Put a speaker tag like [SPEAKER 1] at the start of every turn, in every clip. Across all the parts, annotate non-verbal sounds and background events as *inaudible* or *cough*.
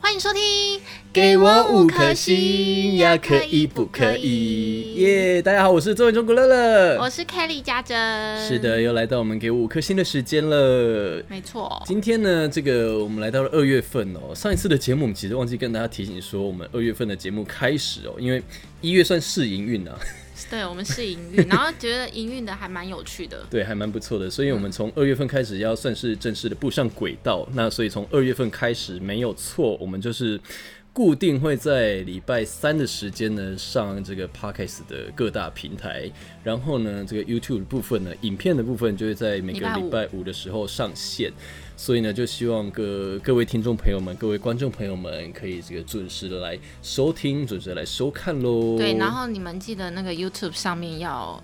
[SPEAKER 1] 欢迎收听，
[SPEAKER 2] 给我五颗星呀，可以不可以？耶、大家好，我是中文中国乐
[SPEAKER 1] 我
[SPEAKER 2] 乐。
[SPEAKER 1] 是 Kelly 家珍，
[SPEAKER 2] 是，的，又来到我们给我五颗星的时间了。
[SPEAKER 1] 没错，
[SPEAKER 2] 今天呢，这个我们来到了二月份哦。上一次的节目，我们其实忘记跟大家提醒说，我们二月份的节目开始哦，因为一月算试营运啊，
[SPEAKER 1] 对我们是营运，然后觉得营运的还蛮有趣的，嗯
[SPEAKER 2] 对，还蛮不错的。所以我们从二月份开始要算是正式的步上轨道。那所以从二月份开始没有错，我们就是固定会在礼拜三的时间呢上这个 podcast 的各大平台，然后呢这个 YouTube 的部分呢，影片的部分就会在每个
[SPEAKER 1] 礼
[SPEAKER 2] 礼
[SPEAKER 1] 拜
[SPEAKER 2] 拜五的时候上线。所以呢，就希望各各位听众朋友们、各位观众朋友们，可以这个准时的来收听，准时的来收看喽。
[SPEAKER 1] 对，然后你们记得那个 YouTube 上面要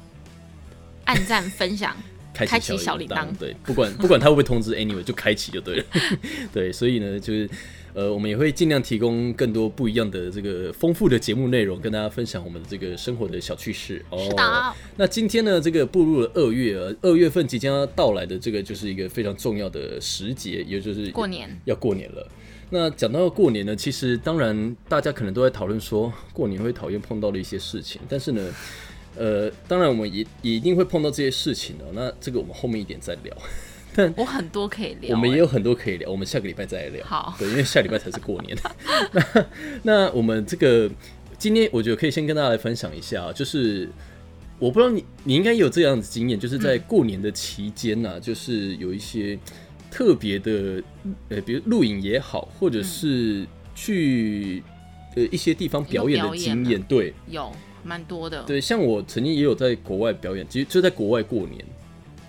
[SPEAKER 1] 按赞分
[SPEAKER 2] *laughs*
[SPEAKER 1] 享，
[SPEAKER 2] 开启
[SPEAKER 1] 小
[SPEAKER 2] 小
[SPEAKER 1] 铃
[SPEAKER 2] 铃
[SPEAKER 1] 铛
[SPEAKER 2] 对， *laughs* 不管不管他会不会通知，anyway 就开启就对了。 *laughs* 对，所以呢，就是呃，我们也会尽量提供更多不一样的这个丰富的节目内容，跟大家分享我们的这个生活的小趣事。哦，
[SPEAKER 1] 是的
[SPEAKER 2] 那今天呢，这个步入了二月啊，二月份即将要到来的这个就是一个非常重要的时节，也就是
[SPEAKER 1] 过年
[SPEAKER 2] 要过年了。那讲到过年呢，其实当然大家可能都在讨论说过年会讨厌碰到的一些事情，但是呢，呃，当然我们也也一定会碰到这些事情的、那这个我们后面一点再聊，
[SPEAKER 1] 我很多可以聊、哎
[SPEAKER 2] 我们也有很多可以聊，我们下个礼拜再来聊。
[SPEAKER 1] 好
[SPEAKER 2] 对，因为下礼拜才是过年。 *laughs* 那那我们这个今天我觉得可以先跟大家来分享一下啊，就是我不知道你你应该有这样子经验，就是在过年的期间
[SPEAKER 1] 嗯
[SPEAKER 2] 呢、就是有一些特别的呃，比如录影也好，或者是去呃一些地方表
[SPEAKER 1] 嗯
[SPEAKER 2] 演
[SPEAKER 1] 有表
[SPEAKER 2] 的
[SPEAKER 1] 演
[SPEAKER 2] 经
[SPEAKER 1] 啊
[SPEAKER 2] 验，对。
[SPEAKER 1] 有蛮多的，
[SPEAKER 2] 对，像我曾经也有在国外表演，其实就在国外过年，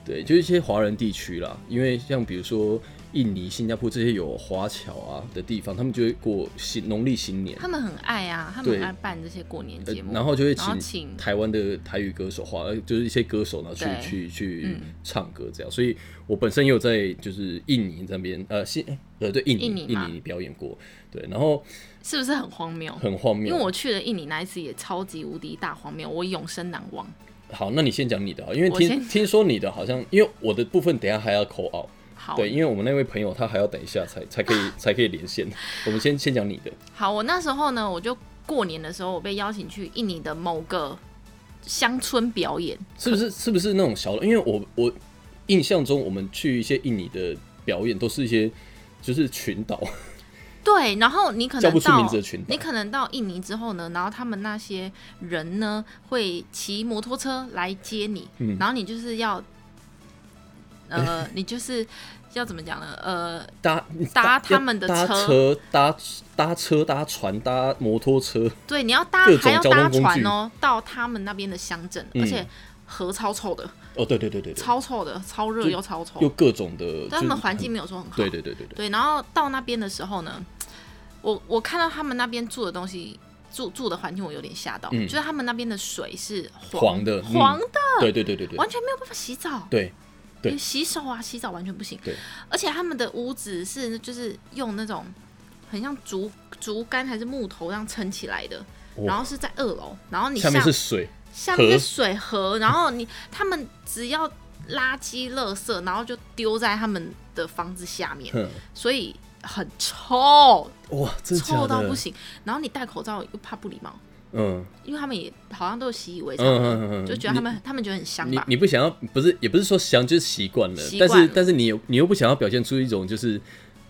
[SPEAKER 2] 对，就一些华人地区啦，因为像比如说印尼、新加坡这些有华侨啊的地方，他们就会过新农历新年，
[SPEAKER 1] 他们很爱啊，他们很
[SPEAKER 2] 对
[SPEAKER 1] 爱办这些过年
[SPEAKER 2] 呃
[SPEAKER 1] 节目，
[SPEAKER 2] 然后就会
[SPEAKER 1] 然后
[SPEAKER 2] 请
[SPEAKER 1] 请
[SPEAKER 2] 台湾的台语歌手华，呃就是一些歌手呢去
[SPEAKER 1] 对
[SPEAKER 2] 去去
[SPEAKER 1] 嗯
[SPEAKER 2] 唱歌这样，所以我本身也有在就是印尼那边，呃，新呃对印尼
[SPEAKER 1] 印尼嘛
[SPEAKER 2] 印尼表演过，对，然后
[SPEAKER 1] 是不是很荒谬？
[SPEAKER 2] 很荒
[SPEAKER 1] 因
[SPEAKER 2] 谬
[SPEAKER 1] 为。我去了印尼那一次也超级无敌大荒谬，我永生难忘。
[SPEAKER 2] 好，那你先讲你的啊，因为
[SPEAKER 1] 我
[SPEAKER 2] 听
[SPEAKER 1] 先
[SPEAKER 2] 听说你的好像，因为我的部分等一下还要扣 out。
[SPEAKER 1] 好，
[SPEAKER 2] 对，因为我们那位朋友他还要等一下才才可以才可以连线。我们先先讲你的，
[SPEAKER 1] 好，我那时候呢，我就过年的时候，我被邀请去印尼的某个乡村表演，
[SPEAKER 2] 是不是是不是那种小的？因为我我印象中我们去一些印尼的表演都是一些就是群岛，
[SPEAKER 1] 对，然后你可
[SPEAKER 2] 叫
[SPEAKER 1] 能
[SPEAKER 2] 不出
[SPEAKER 1] 到
[SPEAKER 2] 名字的群岛
[SPEAKER 1] 你可能到印尼之后呢，然后他们那些人呢会骑摩托车来接你，
[SPEAKER 2] 嗯
[SPEAKER 1] 然后你就是要，
[SPEAKER 2] *laughs*
[SPEAKER 1] 呃，你就是要怎么讲呢？呃，
[SPEAKER 2] 搭
[SPEAKER 1] 搭他
[SPEAKER 2] 要
[SPEAKER 1] 们的
[SPEAKER 2] 搭
[SPEAKER 1] 车
[SPEAKER 2] 车搭搭车搭船搭摩托车，
[SPEAKER 1] 对，你要搭
[SPEAKER 2] 各种
[SPEAKER 1] 还要
[SPEAKER 2] 交通
[SPEAKER 1] 搭
[SPEAKER 2] 工
[SPEAKER 1] 船
[SPEAKER 2] 具
[SPEAKER 1] 哦，到他们那边的乡镇，
[SPEAKER 2] 嗯
[SPEAKER 1] 而且河超臭的，
[SPEAKER 2] 哦对对对对对，
[SPEAKER 1] 超臭的，超热
[SPEAKER 2] 就
[SPEAKER 1] 又超臭，
[SPEAKER 2] 又
[SPEAKER 1] 对
[SPEAKER 2] 各种的，
[SPEAKER 1] 他
[SPEAKER 2] 就是
[SPEAKER 1] 们环境
[SPEAKER 2] 很
[SPEAKER 1] 没有说很好。
[SPEAKER 2] 对对对对对，
[SPEAKER 1] 对，然后到那边的时候呢，我我看到他们那边住的东西，住住的环境我有点吓到，
[SPEAKER 2] 嗯
[SPEAKER 1] 就是他们那边的水是
[SPEAKER 2] 黄的嗯
[SPEAKER 1] 黄的，
[SPEAKER 2] 对对对对对
[SPEAKER 1] 完全没有办法洗澡。
[SPEAKER 2] 对对
[SPEAKER 1] 连洗手啊，洗澡完全不行。
[SPEAKER 2] 对，
[SPEAKER 1] 而且他们的屋子是就是用那种很像竹竹竿还是木头这样撑起来的，
[SPEAKER 2] 哇
[SPEAKER 1] 然后是在二楼，然后你
[SPEAKER 2] 下面是水，
[SPEAKER 1] 下面是
[SPEAKER 2] 河
[SPEAKER 1] 水河，然后你他们只要垃圾、垃圾，然后就丢在他们的房子下面。
[SPEAKER 2] 哼，
[SPEAKER 1] 所以很臭，
[SPEAKER 2] 哇，真的假
[SPEAKER 1] 臭到
[SPEAKER 2] 的
[SPEAKER 1] 不行。然后你戴口罩又怕不礼貌，
[SPEAKER 2] 嗯
[SPEAKER 1] 因为他们也好像都有习以为
[SPEAKER 2] 嗯
[SPEAKER 1] 常，
[SPEAKER 2] 嗯嗯嗯，
[SPEAKER 1] 就觉得他们他们觉得很香
[SPEAKER 2] 你
[SPEAKER 1] 吧。
[SPEAKER 2] 你不想要，不是也不是说想，就是习惯了。
[SPEAKER 1] 习惯
[SPEAKER 2] 但
[SPEAKER 1] 了
[SPEAKER 2] 是但是你又你又不想要表现出一种就是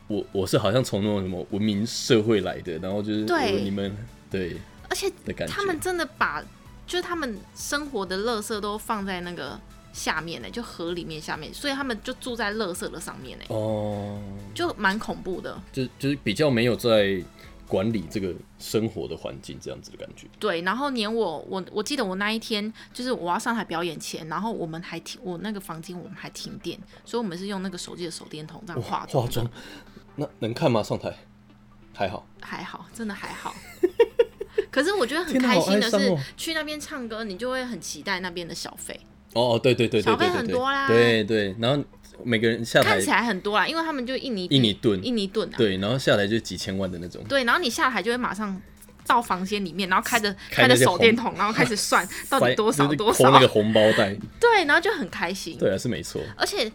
[SPEAKER 2] 我我是好像从那种什么文明社会来的，然后就是
[SPEAKER 1] 对
[SPEAKER 2] 我你们对
[SPEAKER 1] 而且
[SPEAKER 2] 的感觉。
[SPEAKER 1] 他们真的把就是他们生活的垃圾都放在那个下面欸呢、就河里面下面，所以他们就住在垃圾的上面呢、
[SPEAKER 2] 哦，
[SPEAKER 1] 就蛮恐怖的。
[SPEAKER 2] 就就是比较没有在管理这个生活的环境这样子的感觉。
[SPEAKER 1] 对，然后连我我我记得我那一天就是我要上台表演前，然后我们还停我那个房间我们还停电，所以我们是用那个手机的手电筒这样化妆
[SPEAKER 2] 化
[SPEAKER 1] 的。
[SPEAKER 2] 妆那能看吗？上台还好，
[SPEAKER 1] 还好，真的还好。 *laughs* 可是我觉得很
[SPEAKER 2] 天哪
[SPEAKER 1] 开心的
[SPEAKER 2] 好哀
[SPEAKER 1] 是，
[SPEAKER 2] 伤哦
[SPEAKER 1] 去那边唱歌，你就会很期待那边的小费。
[SPEAKER 2] 哦哦对对对对
[SPEAKER 1] 小
[SPEAKER 2] 对
[SPEAKER 1] 费
[SPEAKER 2] 对
[SPEAKER 1] 很
[SPEAKER 2] 对
[SPEAKER 1] 多啦
[SPEAKER 2] 对对，然后每个人下台
[SPEAKER 1] 看起来很多啊啦，因为他们就印尼
[SPEAKER 2] 印尼盾，
[SPEAKER 1] 印尼盾啊，
[SPEAKER 2] 对，然后下来就几千万的那种。
[SPEAKER 1] 对，然后你下台就会马上到房间里面，然后开着
[SPEAKER 2] 开
[SPEAKER 1] 开着
[SPEAKER 2] 那些
[SPEAKER 1] 手电
[SPEAKER 2] 红
[SPEAKER 1] 筒，然后开始
[SPEAKER 2] *laughs*
[SPEAKER 1] 算到
[SPEAKER 2] 塞
[SPEAKER 1] 底多少
[SPEAKER 2] 就是
[SPEAKER 1] 多
[SPEAKER 2] 抠那个
[SPEAKER 1] 少，
[SPEAKER 2] 红包袋，
[SPEAKER 1] 对，然后就很开心，
[SPEAKER 2] 对啊，是没错。
[SPEAKER 1] 而且。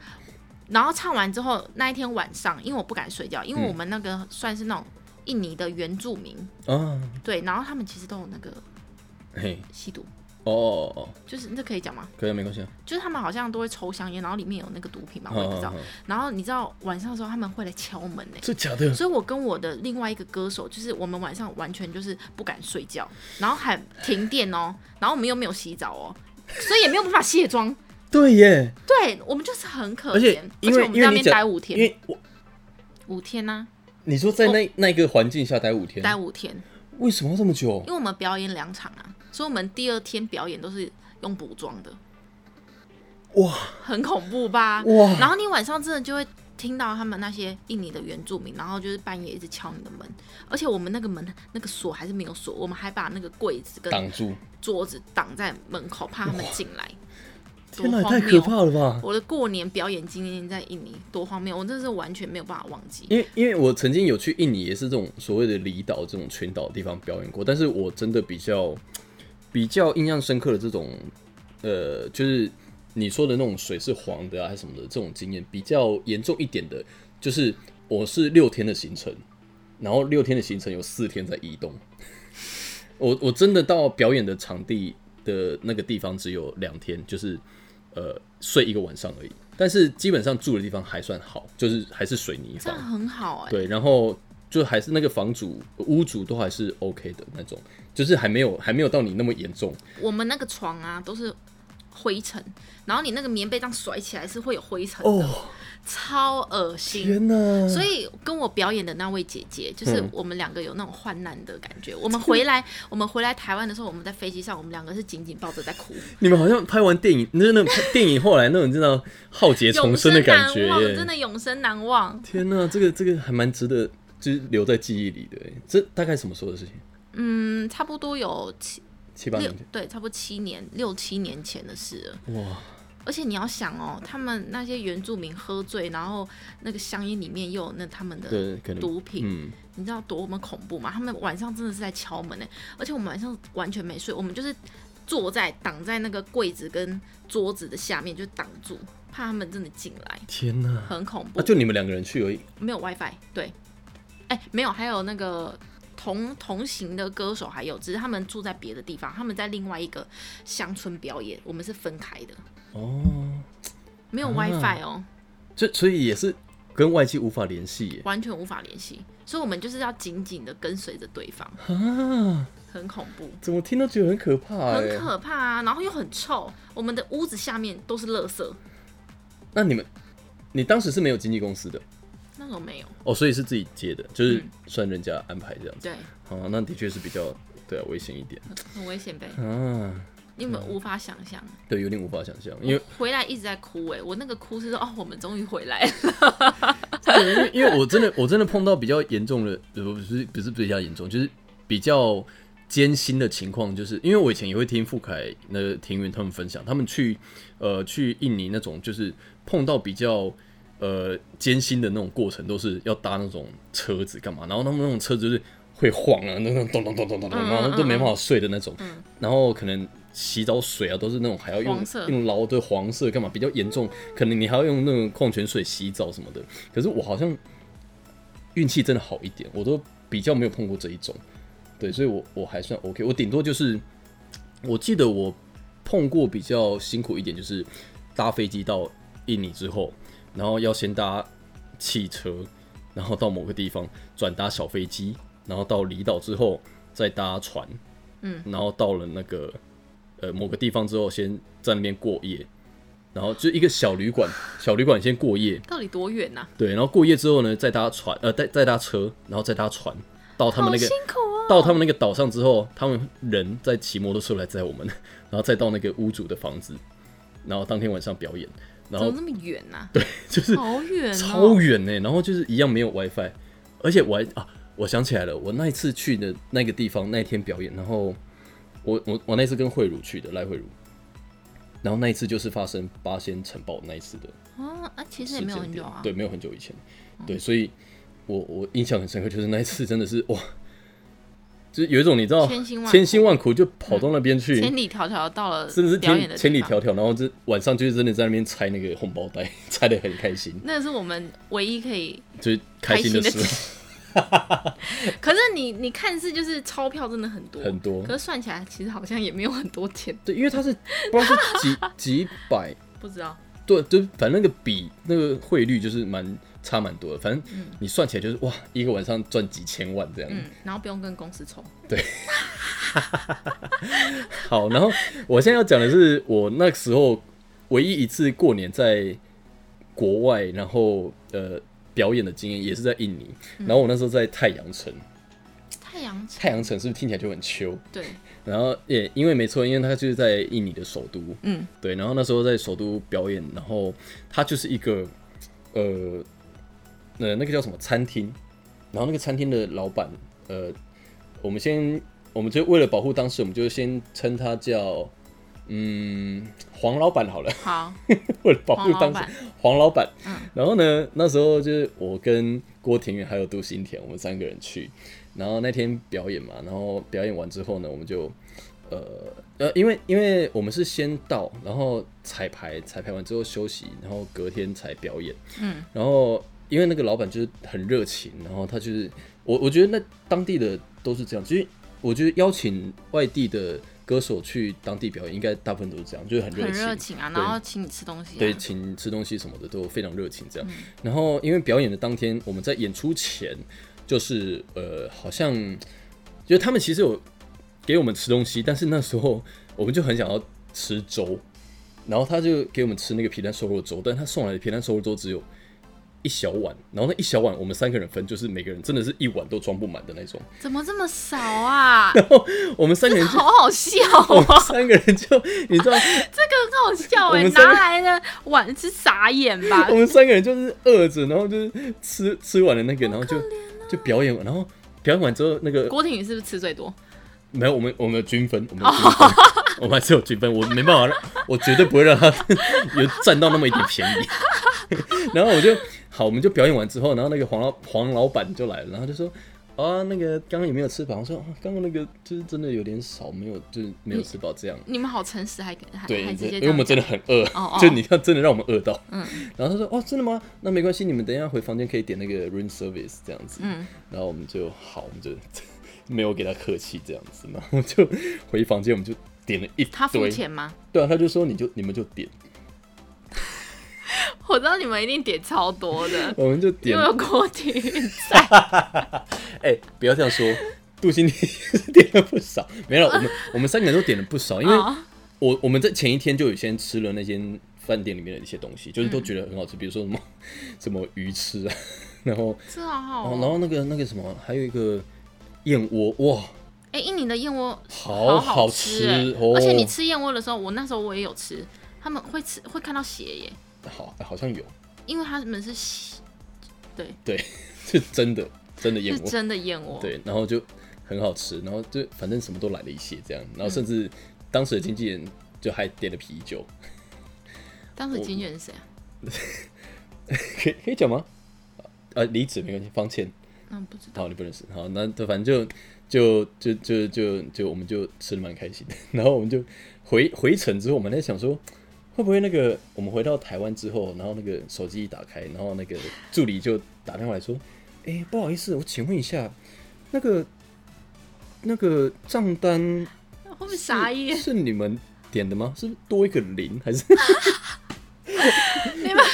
[SPEAKER 1] 然后唱完之后，那一天晚上，因为我不敢睡觉，因为
[SPEAKER 2] 嗯
[SPEAKER 1] 我们那个算是那种印尼的原住民，
[SPEAKER 2] 啊，
[SPEAKER 1] 对，然后他们其实都有那个
[SPEAKER 2] 嘿，
[SPEAKER 1] 吸毒，
[SPEAKER 2] 哦哦哦，
[SPEAKER 1] 就是这可以讲吗？
[SPEAKER 2] 可以啊没关系啊，
[SPEAKER 1] 就是他们好像都会抽香烟，然后里面有那个毒品吧，我也不知道
[SPEAKER 2] 好。好好
[SPEAKER 1] 然后你知道晚上的时候他们会来敲门呢、
[SPEAKER 2] 这假的，
[SPEAKER 1] 所以我跟我的另外一个歌手，就是我们晚上完全就是不敢睡觉，然后还停电哦，然后我们又没有洗澡哦，所以也没有办法卸妆。 *laughs*
[SPEAKER 2] 对耶，
[SPEAKER 1] 对我们就是很可
[SPEAKER 2] 而且
[SPEAKER 1] 怜，
[SPEAKER 2] 因为
[SPEAKER 1] 我们在那
[SPEAKER 2] 因为你
[SPEAKER 1] 边
[SPEAKER 2] 讲
[SPEAKER 1] 待五
[SPEAKER 2] 因
[SPEAKER 1] 天，
[SPEAKER 2] 为我
[SPEAKER 1] 五天呢、
[SPEAKER 2] 你说在那那个环境下待五天，
[SPEAKER 1] 待五天，
[SPEAKER 2] 为什么要这么久
[SPEAKER 1] 因？为我们表演两场啊，所以我们第二天表演都是用补妆的，
[SPEAKER 2] 哇
[SPEAKER 1] 很恐怖吧？
[SPEAKER 2] 哇，
[SPEAKER 1] 然后你晚上真的就会听到他们那些印尼的原住民，然后就是半夜一直敲你的门，而且我们那个门那个锁还是没有锁，我们还把那个柜子跟
[SPEAKER 2] 挡住，
[SPEAKER 1] 桌子挡在门口，怕他们进来。多
[SPEAKER 2] 天哪，也
[SPEAKER 1] 荒
[SPEAKER 2] 太可
[SPEAKER 1] 谬！
[SPEAKER 2] 怕了吧！
[SPEAKER 1] 我的过年表演经验在印尼多荒谬，我真的是完全没有办法忘记。
[SPEAKER 2] 因为因为我曾经有去印尼，也是这种所谓的离岛这种群岛的地方表演过，但是我真的比较比较印象深刻的这种，呃，就是你说的那种水是黄的啊，还是什么的这种经验，比较严重一点的，就是我是六天的行程，然后六天的行程有四天在移动，我我真的到表演的场地的那个地方只有两天，就是呃睡一个晚上而已。但是基本上住的地方还算好，就是还是水泥
[SPEAKER 1] 这
[SPEAKER 2] 房
[SPEAKER 1] 样，很好哎、
[SPEAKER 2] 对，然后就还是那个房主、屋主都还是 OK 的那种，就是还没有还没有到你那么严重。
[SPEAKER 1] 我们那个床啊都是灰尘，然后你那个棉被这样甩起来是会有灰尘的，
[SPEAKER 2] 哦，
[SPEAKER 1] 超恶心。
[SPEAKER 2] 天哪！
[SPEAKER 1] 所以跟我表演的那位姐姐，就是
[SPEAKER 2] 嗯
[SPEAKER 1] 我们两个有那种患难的感觉。我们回来， *laughs* 我们回来台湾的时候，我们在飞机上，我们两个是紧紧抱着在哭，
[SPEAKER 2] 你们好像拍完电影，那那种电影后来那种真的浩劫 *laughs* 重
[SPEAKER 1] 永
[SPEAKER 2] 生的感
[SPEAKER 1] 难
[SPEAKER 2] 觉
[SPEAKER 1] 忘，
[SPEAKER 2] 耶
[SPEAKER 1] 真的永生难忘。
[SPEAKER 2] 天哪，这个这个还蛮值得，就是留在记忆里的耶。这大概什么时候的事情？
[SPEAKER 1] 嗯，差不多有七
[SPEAKER 2] 七八
[SPEAKER 1] 六
[SPEAKER 2] 年前。
[SPEAKER 1] 对，差不多七年六七年前的事了。
[SPEAKER 2] 哇，
[SPEAKER 1] 而且你要想哦，他们那些原住民喝醉，然后那个香烟里面又有那他们的，
[SPEAKER 2] 对，可能
[SPEAKER 1] 毒品
[SPEAKER 2] 嗯，
[SPEAKER 1] 你知道多么恐怖吗？他们晚上真的是在敲门呢，欸而且我们晚上完全没睡，我们就是坐在挡在那个柜子跟桌子的下面，就挡住，怕他们真的进来，
[SPEAKER 2] 天哪！
[SPEAKER 1] 很恐怖。
[SPEAKER 2] 啊，就你们两个人去而已。
[SPEAKER 1] 没有 WiFi，对，哎、没有，还有那个同同行的歌手还有，只是他们住在别的地方，他们在另外一个乡村表演，我们是分开的，
[SPEAKER 2] 哦，
[SPEAKER 1] 没有
[SPEAKER 2] 啊
[SPEAKER 1] WiFi 哦，
[SPEAKER 2] 这所以也是跟外界无法联系耶。
[SPEAKER 1] 完全无法联系，所以我们就是要紧紧的跟随着对方，
[SPEAKER 2] 啊，
[SPEAKER 1] 很恐怖，
[SPEAKER 2] 怎么听都觉得很可怕哎。
[SPEAKER 1] 很可怕啊，然后又很臭，我们的屋子下面都是垃圾，
[SPEAKER 2] 那你们，你当时是没有经纪公司的
[SPEAKER 1] 那种没有，
[SPEAKER 2] 哦，所以是自己接的，就是
[SPEAKER 1] 嗯
[SPEAKER 2] 算人家安排这样子。
[SPEAKER 1] 对，
[SPEAKER 2] 哦，那的确是比较对啊，危险一点
[SPEAKER 1] 很危 *laughs* 险呗，
[SPEAKER 2] 啊，
[SPEAKER 1] 你们无法想象，
[SPEAKER 2] 对，有点无法想象，因为
[SPEAKER 1] 回来一直在哭、哎，我那个哭是说哦，我们终于回来了，
[SPEAKER 2] 对因为因为我真的我真的碰到比较严重的，呃，不是不是比较严重，就是比较艰辛的情况，就是因为我以前也会听傅凯、那个庭云他们分享，他们去呃去印尼那种，就是碰到比较呃艰辛的那种过程，都是要搭那种车子干嘛，然后他们那种车子就是会晃啊，那种咚咚咚咚咚咚，
[SPEAKER 1] 嗯嗯
[SPEAKER 2] 然后都没办法睡的那种
[SPEAKER 1] 嗯，
[SPEAKER 2] 然后可能。洗澡水啊，都是那种还要用
[SPEAKER 1] 黄色
[SPEAKER 2] 用捞的黄色干嘛？比较严重，可能你还要用那种矿泉水洗澡什么的。可是我好像运气真的好一点，我都比较没有碰过这一种，对，所以我我还算 OK，我顶多就是，我记得我碰过比较辛苦一点，就是搭飞机到印尼之后，然后要先搭汽车，然后到某个地方转搭小飞机，然后到离岛之后再搭船，
[SPEAKER 1] 嗯，
[SPEAKER 2] 然后到了那个呃某个地方之后，先在那边过夜，然后就一个小旅
[SPEAKER 1] *sighs*
[SPEAKER 2] 馆，小旅馆先过夜，
[SPEAKER 1] *laughs* 到底多远啊呐、
[SPEAKER 2] 对，然后过夜之后呢，再搭船，呃，再再搭车，然后再搭船到他们
[SPEAKER 1] 好
[SPEAKER 2] 那
[SPEAKER 1] 辛
[SPEAKER 2] 个
[SPEAKER 1] 苦哦。
[SPEAKER 2] 到他们那个岛上之后，他们人再骑摩托车来载我们，然后再到那个屋主的房子，然后当天晚上表演，
[SPEAKER 1] 怎
[SPEAKER 2] 然
[SPEAKER 1] 么
[SPEAKER 2] 后
[SPEAKER 1] 那么远呐、
[SPEAKER 2] 就是
[SPEAKER 1] 好远、哦，
[SPEAKER 2] 哦超远呢、然后就是一样没有 WiFi，而且我还啊，我想起来了，我那一次去的那个地方，那一天表演，然后我我我那次跟慧茹去的，赖慧茹，然后那一次就是发生八仙城堡那一次的
[SPEAKER 1] 哦，啊，其实
[SPEAKER 2] 时
[SPEAKER 1] 也没
[SPEAKER 2] 间
[SPEAKER 1] 有很久
[SPEAKER 2] 点
[SPEAKER 1] 啊。哦
[SPEAKER 2] 对，没有很久以前，对，所以我我印象很深刻，就是那一次真的是哇，就是有一种你知道
[SPEAKER 1] 千辛万苦嗯
[SPEAKER 2] 千辛万苦就跑到那边去，
[SPEAKER 1] 千里迢迢到了
[SPEAKER 2] 真的是
[SPEAKER 1] 表演的
[SPEAKER 2] 千千里
[SPEAKER 1] 地方
[SPEAKER 2] 迢迢，然后这晚上就是真的在那边拆那个红包袋， *laughs* 拆的很开心，
[SPEAKER 1] 那是我们唯一可以
[SPEAKER 2] 就是开心的
[SPEAKER 1] 开
[SPEAKER 2] 时
[SPEAKER 1] 心
[SPEAKER 2] 候
[SPEAKER 1] 的。
[SPEAKER 2] *laughs*
[SPEAKER 1] 可是你你看似就是钞票真的很多
[SPEAKER 2] 很多
[SPEAKER 1] 可是算起来其实好像也没有很多钱，
[SPEAKER 2] 对，因为它是不知道是几几百，
[SPEAKER 1] 不知道。
[SPEAKER 2] 对，就反正那个比那个汇率就是蛮差蛮多的，反正你算起来就是哇，一个晚上赚几千万这样。
[SPEAKER 1] 嗯，然后不用跟公司抽，
[SPEAKER 2] 好，然后我现在要讲的是我那时候唯一一次过年在国外，然后呃表演的经验也是在印尼，然后我那时候在太阳城，
[SPEAKER 1] 太阳
[SPEAKER 2] 太阳城是不是听起来就很秋？
[SPEAKER 1] 对，
[SPEAKER 2] 然后也因为没错，因为它就是在印尼的首都，
[SPEAKER 1] 嗯，
[SPEAKER 2] 对，然后那时候在首都表演，然后它就是一个呃呃那个叫什么餐厅，然后那个餐厅的老板呃，我们先我们就为了保护当事，我们就先称他叫嗯黄老板好了，
[SPEAKER 1] 好，
[SPEAKER 2] *laughs* 为了保
[SPEAKER 1] 黄
[SPEAKER 2] 护
[SPEAKER 1] 老
[SPEAKER 2] 当事
[SPEAKER 1] 板，
[SPEAKER 2] 黄老板。
[SPEAKER 1] 嗯
[SPEAKER 2] 然后呢，那时候就是我跟郭庭远还有杜新田，我们三个人去。然后那天表演嘛，然后表演完之后呢，我们就呃呃，因为因为我们是先到，然后彩排，彩排完之后休息，然后隔天才表演。
[SPEAKER 1] 嗯，
[SPEAKER 2] 然后因为那个老板就是很热情，然后他就是我我觉得那当地的都是这样，就是我觉得邀请外地的歌手去当地表演，应该大部分都是这样，就是很热
[SPEAKER 1] 很
[SPEAKER 2] 情
[SPEAKER 1] 热，情啊，
[SPEAKER 2] 对
[SPEAKER 1] 然后请你吃东西、啊，
[SPEAKER 2] 对，请吃东西什么的都非常热情这样。然后因为表演的当天，我们在演出前，就是呃，好像就是他们其实有给我们吃东西，但是那时候我们就很想要吃粥，然后他就给我们吃那个皮蛋瘦肉粥，但他送来的皮蛋瘦肉粥只有。一小碗，然后那一小碗我们三个人分，就是每个人真的是一碗都装不满的那种。
[SPEAKER 1] 怎么这么少
[SPEAKER 2] *laughs*
[SPEAKER 1] 啊？
[SPEAKER 2] 我们三个人就，
[SPEAKER 1] 好好笑
[SPEAKER 2] 我们
[SPEAKER 1] 哦，
[SPEAKER 2] 三个人就，你知
[SPEAKER 1] *laughs*
[SPEAKER 2] 道，
[SPEAKER 1] 这个很好笑
[SPEAKER 2] 我
[SPEAKER 1] 哎、
[SPEAKER 2] 们三
[SPEAKER 1] 拿
[SPEAKER 2] 个
[SPEAKER 1] 来的碗是傻眼吧
[SPEAKER 2] *laughs* 我？们三个人就是饿着，然后就是吃吃完了那个，然后就、就表演完，然后表演完之后那个
[SPEAKER 1] 郭婷宇是不是吃最多？
[SPEAKER 2] 没有我们我们有均分，我们有均分，我们还是有均分，我没办法让，我绝对不会让他有占到那么一点便宜。然后我就好，我们就表演完之后，然后那个黄老黄老板就来了，然后就说。啊，那个刚刚有没有吃饱？我说啊刚刚那个就是真的有点少，没有就是没有吃饱这样。
[SPEAKER 1] 你们好诚实，还还
[SPEAKER 2] 对
[SPEAKER 1] 还，直接
[SPEAKER 2] 因
[SPEAKER 1] 这
[SPEAKER 2] 为我
[SPEAKER 1] 样
[SPEAKER 2] 们真的
[SPEAKER 1] 讲，
[SPEAKER 2] 很饿，
[SPEAKER 1] 哦哦
[SPEAKER 2] 就你看真的让我们饿到。
[SPEAKER 1] 嗯
[SPEAKER 2] 然后他说：“哦，真的吗？那没关系，你们等一下回房间可以点那个 room service 这样子。”
[SPEAKER 1] 嗯，
[SPEAKER 2] 然后我们就好，我们就没有给他客气这样子， *laughs* 然后就回房间，我们就点了一堆。
[SPEAKER 1] 他付钱吗？
[SPEAKER 2] 对啊，他就说你就你们就点，，
[SPEAKER 1] 我知道你们一定点超多的
[SPEAKER 2] 我们就
[SPEAKER 1] 因 *laughs*
[SPEAKER 2] 点
[SPEAKER 1] 为。有郭婷宇在。
[SPEAKER 2] 哎、不要这样说，杜兴你 *laughs* 点了不少，没有，我们我们三个人都点了不少，因为
[SPEAKER 1] 哦
[SPEAKER 2] 我我们在前一天就有先吃了那间饭店里面的一些东西，就是都觉得很好吃，比如说什么 *laughs* 什么鱼翅啊，然后
[SPEAKER 1] 这好好
[SPEAKER 2] 哦，
[SPEAKER 1] 哦
[SPEAKER 2] 然后那个那个什么，还有一个燕窝，哇，
[SPEAKER 1] 哎、印尼的燕窝
[SPEAKER 2] 好
[SPEAKER 1] 好
[SPEAKER 2] 吃
[SPEAKER 1] 哎
[SPEAKER 2] 哦
[SPEAKER 1] 而且你吃燕窝的时候，我那时候我也有吃，他们会吃会看到血耶，
[SPEAKER 2] 好哎好像有，
[SPEAKER 1] 因为他们是血对，
[SPEAKER 2] 对， *laughs* 是真的真的燕
[SPEAKER 1] 是
[SPEAKER 2] 窝，
[SPEAKER 1] 真的燕窝，，
[SPEAKER 2] 对，然后就很好吃，然后就反正什么都来了一些这样，
[SPEAKER 1] 嗯
[SPEAKER 2] 然后甚至当时的经纪人就还点了啤酒，
[SPEAKER 1] 当时经纪人是谁啊？
[SPEAKER 2] 可以可以讲吗？呃，离职没关系，方倩，
[SPEAKER 1] 嗯，不知道，
[SPEAKER 2] 好，你不认识，好，那就反正就就就就就就我们就吃的蛮开心的， *laughs* 然后我们就回回程之后，我们在想说。会不会那个我们回到台湾之后，然后那个手机一打开，然后那个助理就打电话来说：“哎、不好意思，我请问一下，那个那个账单
[SPEAKER 1] 会不会傻眼？
[SPEAKER 2] 是你们点的吗？是不是多一个零还是？ *laughs*
[SPEAKER 1] 你们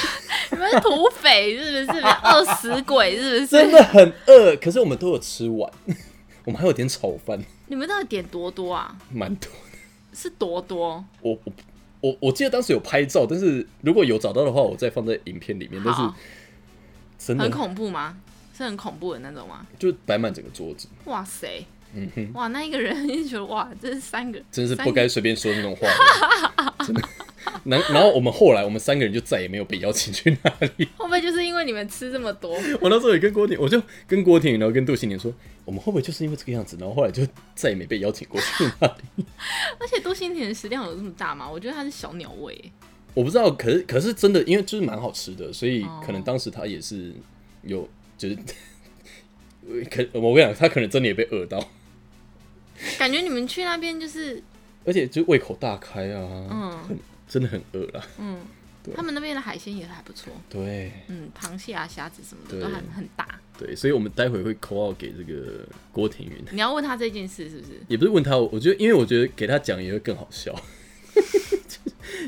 [SPEAKER 1] 你们是土匪是不是？饿死鬼是不
[SPEAKER 2] 真
[SPEAKER 1] 是？
[SPEAKER 2] 的很饿，可是我们都有吃完， *laughs* 我们还有点炒饭，
[SPEAKER 1] 你们到底点多多啊？
[SPEAKER 2] 蛮多。
[SPEAKER 1] 是多多，
[SPEAKER 2] 我我我我记得当时有拍照，但是如果有找到的话，我再放在影片里面。但
[SPEAKER 1] 好
[SPEAKER 2] 是真
[SPEAKER 1] 很
[SPEAKER 2] 的
[SPEAKER 1] 恐怖吗？是很恐怖的那种吗？
[SPEAKER 2] 就摆满整个桌子，
[SPEAKER 1] 哇塞！
[SPEAKER 2] 嗯哼，
[SPEAKER 1] 哇，那一个人就觉得哇，这是三个，
[SPEAKER 2] 真是
[SPEAKER 1] 三
[SPEAKER 2] 不
[SPEAKER 1] 个
[SPEAKER 2] 该随便说那种话的，真的。然然后我们后来我们三个人就再也没有被邀请去那里。 *laughs*
[SPEAKER 1] 会不会就是因为你们吃这么多？
[SPEAKER 2] 我那时候也跟郭婷，我就跟郭婷，然后跟杜新年说，我们会不会就是因为这个样子，然后后来就再也没被邀请过去那里。
[SPEAKER 1] 而且多心田的食量有这么大吗？我觉得它是小鸟胃欸耶。
[SPEAKER 2] 我不知道，可是可是真的，因为就是蛮好吃的，所以
[SPEAKER 1] 哦
[SPEAKER 2] 可能当时他也是有就是 *laughs* 可我跟你讲，他可能真的也被饿到，
[SPEAKER 1] 感觉你们去那边就是，
[SPEAKER 2] 而且就胃口大开啊，
[SPEAKER 1] 嗯
[SPEAKER 2] 真的很饿啦。
[SPEAKER 1] 嗯
[SPEAKER 2] 对，
[SPEAKER 1] 他们那边的海鲜也还不错，
[SPEAKER 2] 对
[SPEAKER 1] 嗯，螃蟹啊、虾子什么的
[SPEAKER 2] 对
[SPEAKER 1] 都很很大。
[SPEAKER 2] 对，所以我们待会会扣号给这个郭庭云，
[SPEAKER 1] 你要问他这件事是不是？
[SPEAKER 2] 也不是问他，我觉得因为我觉得给他讲也会更好笑， *laughs*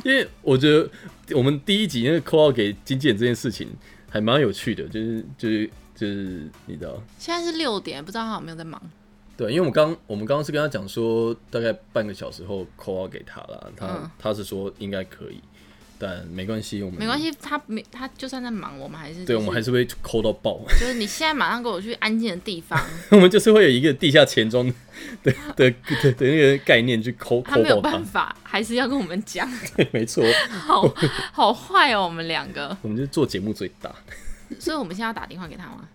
[SPEAKER 2] 因为我觉得我们第一集那个扣号给经纪人这件事情还蛮有趣的，就是就是就是你知道。
[SPEAKER 1] 现在是六点，不知道他有没有在忙。
[SPEAKER 2] 嗯对，因为我们刚我们刚刚是跟他讲说，大概半个小时后 call out 给他啦，他、
[SPEAKER 1] 嗯
[SPEAKER 2] 他是说应该可以，但没关系，我们
[SPEAKER 1] 没关，系，他没他就算在忙，我们还是、
[SPEAKER 2] 对我们还
[SPEAKER 1] 是
[SPEAKER 2] 是会 call 到爆， *laughs*
[SPEAKER 1] 就是你现在马上给我去安静的地方，
[SPEAKER 2] 我们就是会有一个地下钱庄的
[SPEAKER 1] *laughs*
[SPEAKER 2] 的的的那个概念去 call
[SPEAKER 1] 他没有
[SPEAKER 2] call 爆
[SPEAKER 1] 办
[SPEAKER 2] 他，
[SPEAKER 1] 法，还是要跟我们讲，
[SPEAKER 2] 对，没错， *laughs*
[SPEAKER 1] 好好坏哦，我们两个，
[SPEAKER 2] 我们就是做节目最大，
[SPEAKER 1] 所以我们现在要打电话给他吗？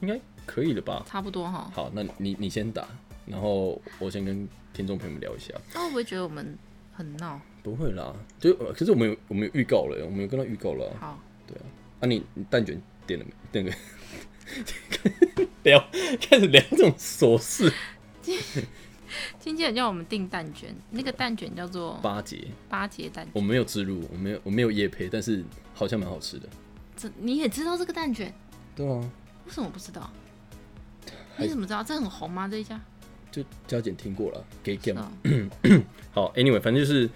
[SPEAKER 2] 应该可以了吧？
[SPEAKER 1] 差不多哈。
[SPEAKER 2] 好，那你你先打，然后我先跟听众朋友们聊一下，
[SPEAKER 1] 他会不会觉得我们很闹？
[SPEAKER 2] 不会啦，就呃可是我们有我们有预告了，我们有跟他预告了啊、
[SPEAKER 1] 好，
[SPEAKER 2] 啊你，你蛋卷点了没？点了没？聊开始聊这种琐事，
[SPEAKER 1] 经纪人叫我们订蛋卷，那个蛋卷叫做
[SPEAKER 2] 巴结。
[SPEAKER 1] 八节蛋
[SPEAKER 2] 我
[SPEAKER 1] 卷。
[SPEAKER 2] 没有植入，我没有我没有夜配，但是好像蛮好吃的。
[SPEAKER 1] 这你也知道这个蛋卷？
[SPEAKER 2] 对啊，
[SPEAKER 1] 为什么不知道？
[SPEAKER 2] 还
[SPEAKER 1] 你怎么知道？这很红吗？这一家？
[SPEAKER 2] 就佳姐听过了，给 game
[SPEAKER 1] 哦
[SPEAKER 2] 好，anyway，反正就是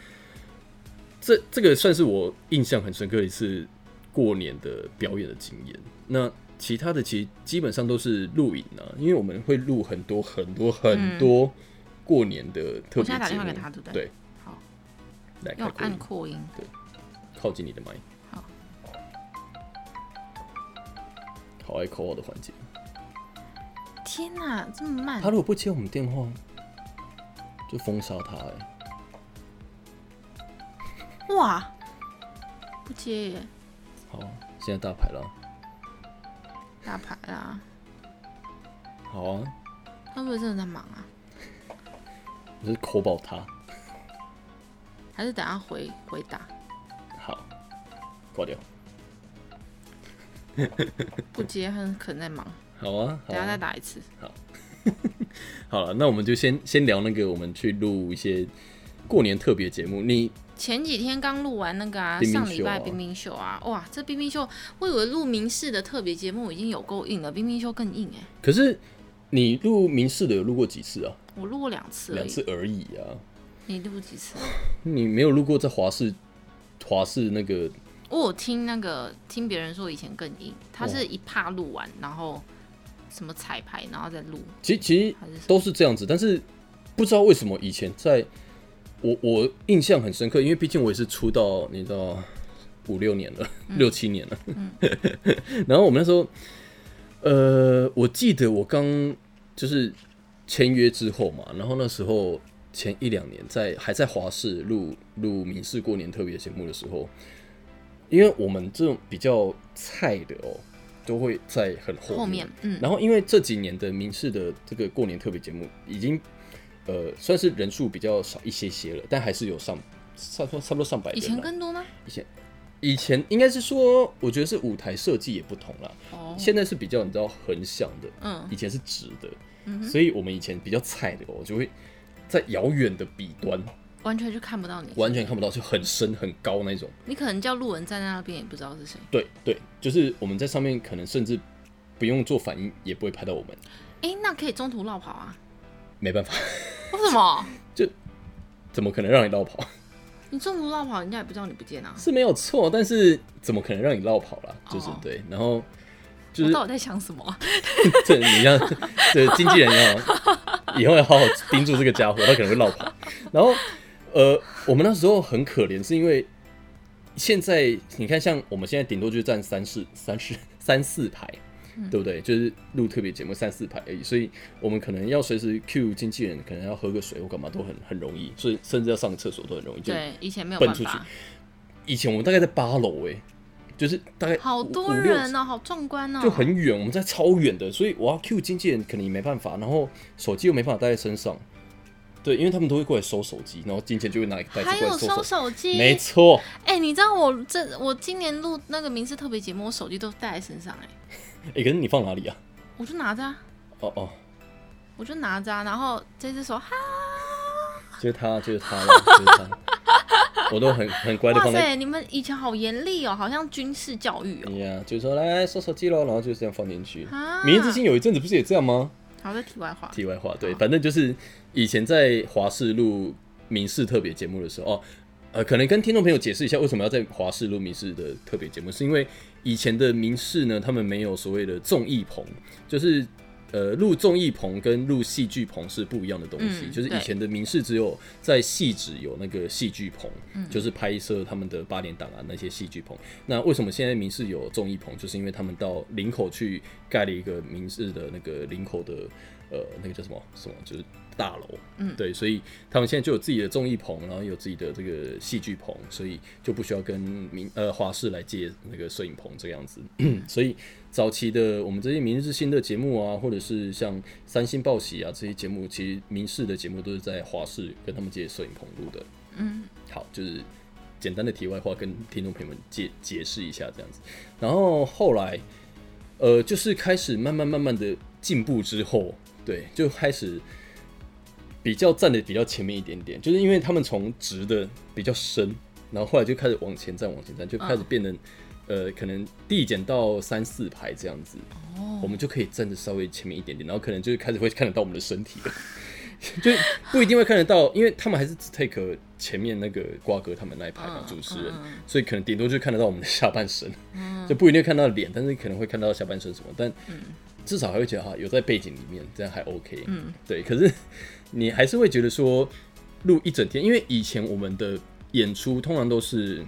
[SPEAKER 2] 这这个算是我印象很深刻的一次过年的表演的经验。那其他的其实基本上都是录影啊，因为我们会录很多很多很多过年的
[SPEAKER 1] 嗯
[SPEAKER 2] 特别节目。
[SPEAKER 1] 我现在打电话给他对不对
[SPEAKER 2] 对，
[SPEAKER 1] 好，
[SPEAKER 2] 来
[SPEAKER 1] 要
[SPEAKER 2] 开扩
[SPEAKER 1] 按
[SPEAKER 2] 音，
[SPEAKER 1] 扩音。
[SPEAKER 2] 靠近你的麦。
[SPEAKER 1] 好，
[SPEAKER 2] 好爱 call 的环节。
[SPEAKER 1] 天哪，这么慢
[SPEAKER 2] 他！如果不接我们电话，就封杀他、欸。
[SPEAKER 1] 哇，不接耶，
[SPEAKER 2] 好，啊现在大牌了，
[SPEAKER 1] 打牌啦。
[SPEAKER 2] 好啊，
[SPEAKER 1] 他会不会真的在忙啊？
[SPEAKER 2] 我就是扣爆他。
[SPEAKER 1] 还是等下回回答？
[SPEAKER 2] 好，挂掉。
[SPEAKER 1] 不接，他可能在忙，
[SPEAKER 2] 好啊，好
[SPEAKER 1] 等下再
[SPEAKER 2] 啊，
[SPEAKER 1] 打一次。
[SPEAKER 2] 好了，那我们就先先聊那个，我们去录一些过年特别节目。你
[SPEAKER 1] 前几天刚录完那个啊，
[SPEAKER 2] 冰冰秀啊
[SPEAKER 1] 上礼拜冰冰秀啊，哇，这冰冰秀，我以为录明视的特别节目已经有够硬了，冰冰秀更硬哎、
[SPEAKER 2] 可是你录民事的有录过几次啊？
[SPEAKER 1] 我录过两次而
[SPEAKER 2] 两
[SPEAKER 1] 已
[SPEAKER 2] 次，而已啊，
[SPEAKER 1] 你录几次？
[SPEAKER 2] 你没有录过在华视华视那个
[SPEAKER 1] 我有听那个听别人说以前更硬，他
[SPEAKER 2] 哦
[SPEAKER 1] 是一帕录完，然后什么彩排，然后再录
[SPEAKER 2] 其实其实
[SPEAKER 1] 还是什么？
[SPEAKER 2] 都是这样子，但是不知道为什么以前在我我印象很深刻，因为毕竟我也是出道，你知道五六年了，
[SPEAKER 1] 嗯
[SPEAKER 2] 六七年了。 *laughs* 然后我们那时候，呃，我记得我刚就是签约之后嘛，然后那时候前一两年在还在华视录录民事过年特别节目的时候，因为我们这种比较菜的哦，都会在很后
[SPEAKER 1] 后面嗯，
[SPEAKER 2] 然后因为这几年的民视的这个过年特别节目已经呃算是人数比较少一些些了，但还是有上差不多差不多上百人
[SPEAKER 1] 以
[SPEAKER 2] 啦。
[SPEAKER 1] 前更多吗？
[SPEAKER 2] 以前应该是说，我觉得是舞台设计也不同啦，
[SPEAKER 1] 哦，
[SPEAKER 2] 现在是比较你知道横向的，
[SPEAKER 1] 嗯
[SPEAKER 2] 以前是直的，
[SPEAKER 1] 嗯哼，
[SPEAKER 2] 所以我们以前比较菜的，我就会在遥远的彼端
[SPEAKER 1] 完全就看不到你，
[SPEAKER 2] 完全看不到，就很深很高那种。
[SPEAKER 1] 你可能叫路人站在那边也不知道是谁。
[SPEAKER 2] 对对，就是我们在上面可能甚至不用做反应，也不会拍到我们，
[SPEAKER 1] 哎、那可以中途绕跑
[SPEAKER 2] *laughs*
[SPEAKER 1] 啊？
[SPEAKER 2] 没办法，
[SPEAKER 1] 为什么？
[SPEAKER 2] 怎么可能让你绕跑？ *laughs*
[SPEAKER 1] 你中途绕跑，人家也不知道你不见啊？
[SPEAKER 2] 是没有错，但是怎么可能让你绕跑啦？就是、
[SPEAKER 1] 哦
[SPEAKER 2] 对，然后就
[SPEAKER 1] 我
[SPEAKER 2] 是
[SPEAKER 1] 到底在想什么啊？
[SPEAKER 2] *laughs* 这你要这经纪人要以后要好好盯住这个家伙，他可能会
[SPEAKER 1] *laughs*
[SPEAKER 2] 绕跑。然后呃，我们那时候很可怜，是因为现在你看，像我们现在顶多就占三四三四三四排。
[SPEAKER 1] 嗯
[SPEAKER 2] 对不对？就是录特别节目三四排而已，所以我们可能要随时 Q 经纪人，可能要喝个水或干嘛都很很容易，所以甚至要上个厕所都很容易，就
[SPEAKER 1] 对，以前没有
[SPEAKER 2] 奔
[SPEAKER 1] 办
[SPEAKER 2] 出去
[SPEAKER 1] 法。
[SPEAKER 2] 以前我们大概在八楼，哎，就是大概
[SPEAKER 1] 好
[SPEAKER 2] 五
[SPEAKER 1] 多
[SPEAKER 2] 五六
[SPEAKER 1] 人哦，好壮观哦，
[SPEAKER 2] 就很远，我们在超远的，所以我要 Q 经纪人可能也没办法，然后手机又没办法带在身上，对，因为他们都会过来收手机，然后经纪人就会拿一个袋
[SPEAKER 1] 还
[SPEAKER 2] 子过
[SPEAKER 1] 有
[SPEAKER 2] 来收
[SPEAKER 1] 收
[SPEAKER 2] 手机。
[SPEAKER 1] 手机，*laughs*
[SPEAKER 2] 没错，
[SPEAKER 1] 哎、你知道我这我今年录那个名次特别节目，我手机都带在身上哎、
[SPEAKER 2] 哎、可是你放哪里啊？
[SPEAKER 1] 我就拿着、啊，
[SPEAKER 2] 哦哦，
[SPEAKER 1] 我就拿着、啊，然后这只手哈，
[SPEAKER 2] 就是他，就是他了，就是他，我都很很乖的
[SPEAKER 1] 哇
[SPEAKER 2] 放在
[SPEAKER 1] 塞，你们以前好严厉哦，好像军事教育哦。
[SPEAKER 2] 哎呀，就是说来收手机喽，然后就这样放进去。
[SPEAKER 1] 啊
[SPEAKER 2] 明日之星有一阵子不是也这样吗？
[SPEAKER 1] 好，在题外话，
[SPEAKER 2] 题外话，对，
[SPEAKER 1] 好
[SPEAKER 2] 反正就是以前在华视录民事特别节目的时候，哦，呃，可能跟听众朋友解释一下为什么要在华视录民事的特别节目，是因为以前的民事呢，他们没有所谓的综艺棚，就是呃录综艺棚跟录戏剧棚是不一样的东西，
[SPEAKER 1] 嗯
[SPEAKER 2] 就是以
[SPEAKER 1] 对
[SPEAKER 2] 前的民事只有在戏址有那个戏剧棚，
[SPEAKER 1] 嗯
[SPEAKER 2] 就是拍摄他们的八点档啊那些戏剧棚。那为什么现在民事有综艺棚，就是因为他们到林口去盖了一个民事的那个林口的呃那个叫什么什么，就是大楼，
[SPEAKER 1] 嗯
[SPEAKER 2] 对，所以他们现在就有自己的综艺棚，然后有自己的这个戏剧棚，所以就不需要跟民呃华视来借那个摄影棚这样子。所以早期的我们这些明日新的节目啊，或者是像三星报喜啊这些节目，其实民视的节目都是在华视跟他们借摄影棚录的。
[SPEAKER 1] 嗯，
[SPEAKER 2] 好，就是简单的题外话，跟听众朋友们解解释一下这样子。然后后来，呃，就是开始慢慢慢慢的进步之后，对，就开始比较站的比较前面一点点，就是因为他们从直的比较深，然后后来就开始往前站，往
[SPEAKER 1] 嗯
[SPEAKER 2] 前站，就开始变成、呃，可能递减到三四排这样子，
[SPEAKER 1] 哦
[SPEAKER 2] 我们就可以站的稍微前面一点点，然后可能就是开始会看得到我们的身体了。 *laughs* 就不一定会看得到，因为他们还是只 take 前面那个瓜哥他们那一排嘛，
[SPEAKER 1] 嗯
[SPEAKER 2] 主持人，
[SPEAKER 1] 嗯嗯嗯
[SPEAKER 2] 所以可能顶多就看得到我们的下半身，就不一定会看到脸，但是可能会看到下半身什么，但至少还会觉得哈啊有在背景里面，这样还 OK。
[SPEAKER 1] 嗯，
[SPEAKER 2] 对。可是 *laughs* 你还是会觉得说录一整天，因为以前我们的演出通常都是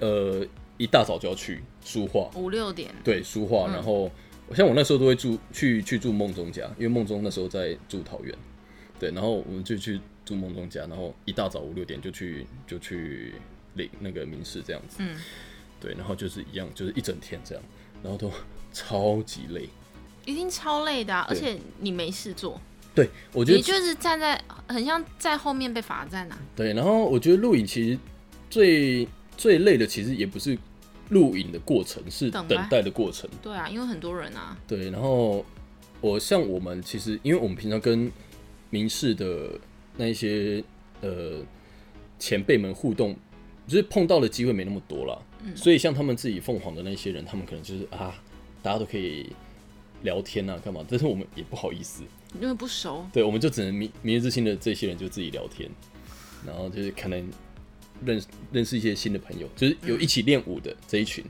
[SPEAKER 2] 呃一大早就要去书画，
[SPEAKER 1] 五六点，
[SPEAKER 2] 对书画，然后像我那时候都会住去去住梦中家，因为梦中那时候在住桃园，对，然后我们就去住梦中家，然后一大早五六点就去就去领那个民事这样子，
[SPEAKER 1] 嗯，
[SPEAKER 2] 对，然后就是一样，就是一整天这样，然后都 *laughs* 超级累，
[SPEAKER 1] 一定超累的、啊，而
[SPEAKER 2] 对
[SPEAKER 1] 且你没事做，
[SPEAKER 2] 对我觉得
[SPEAKER 1] 你就是站在很像在后面被罚站啊。
[SPEAKER 2] 对，然后我觉得录影其实最最累的其实也不是录影的过程，是
[SPEAKER 1] 等
[SPEAKER 2] 等
[SPEAKER 1] 待
[SPEAKER 2] 待的过程。
[SPEAKER 1] 对啊，因为很多人啊，
[SPEAKER 2] 对，然后我像我们其实，因为我们平常跟民事的那一些呃前辈们互动，就是碰到的机会没那么多啦。所以像他们自己凤凰的那些人，他们可能就是啊，大家都可以聊天啊，干嘛？但是我们也不好意思，
[SPEAKER 1] 因为不熟，
[SPEAKER 2] 对，我们就只能明明日之星的这些人就自己聊天，然后就是可能认识认识一些新的朋友，就是有一起练舞的这一群，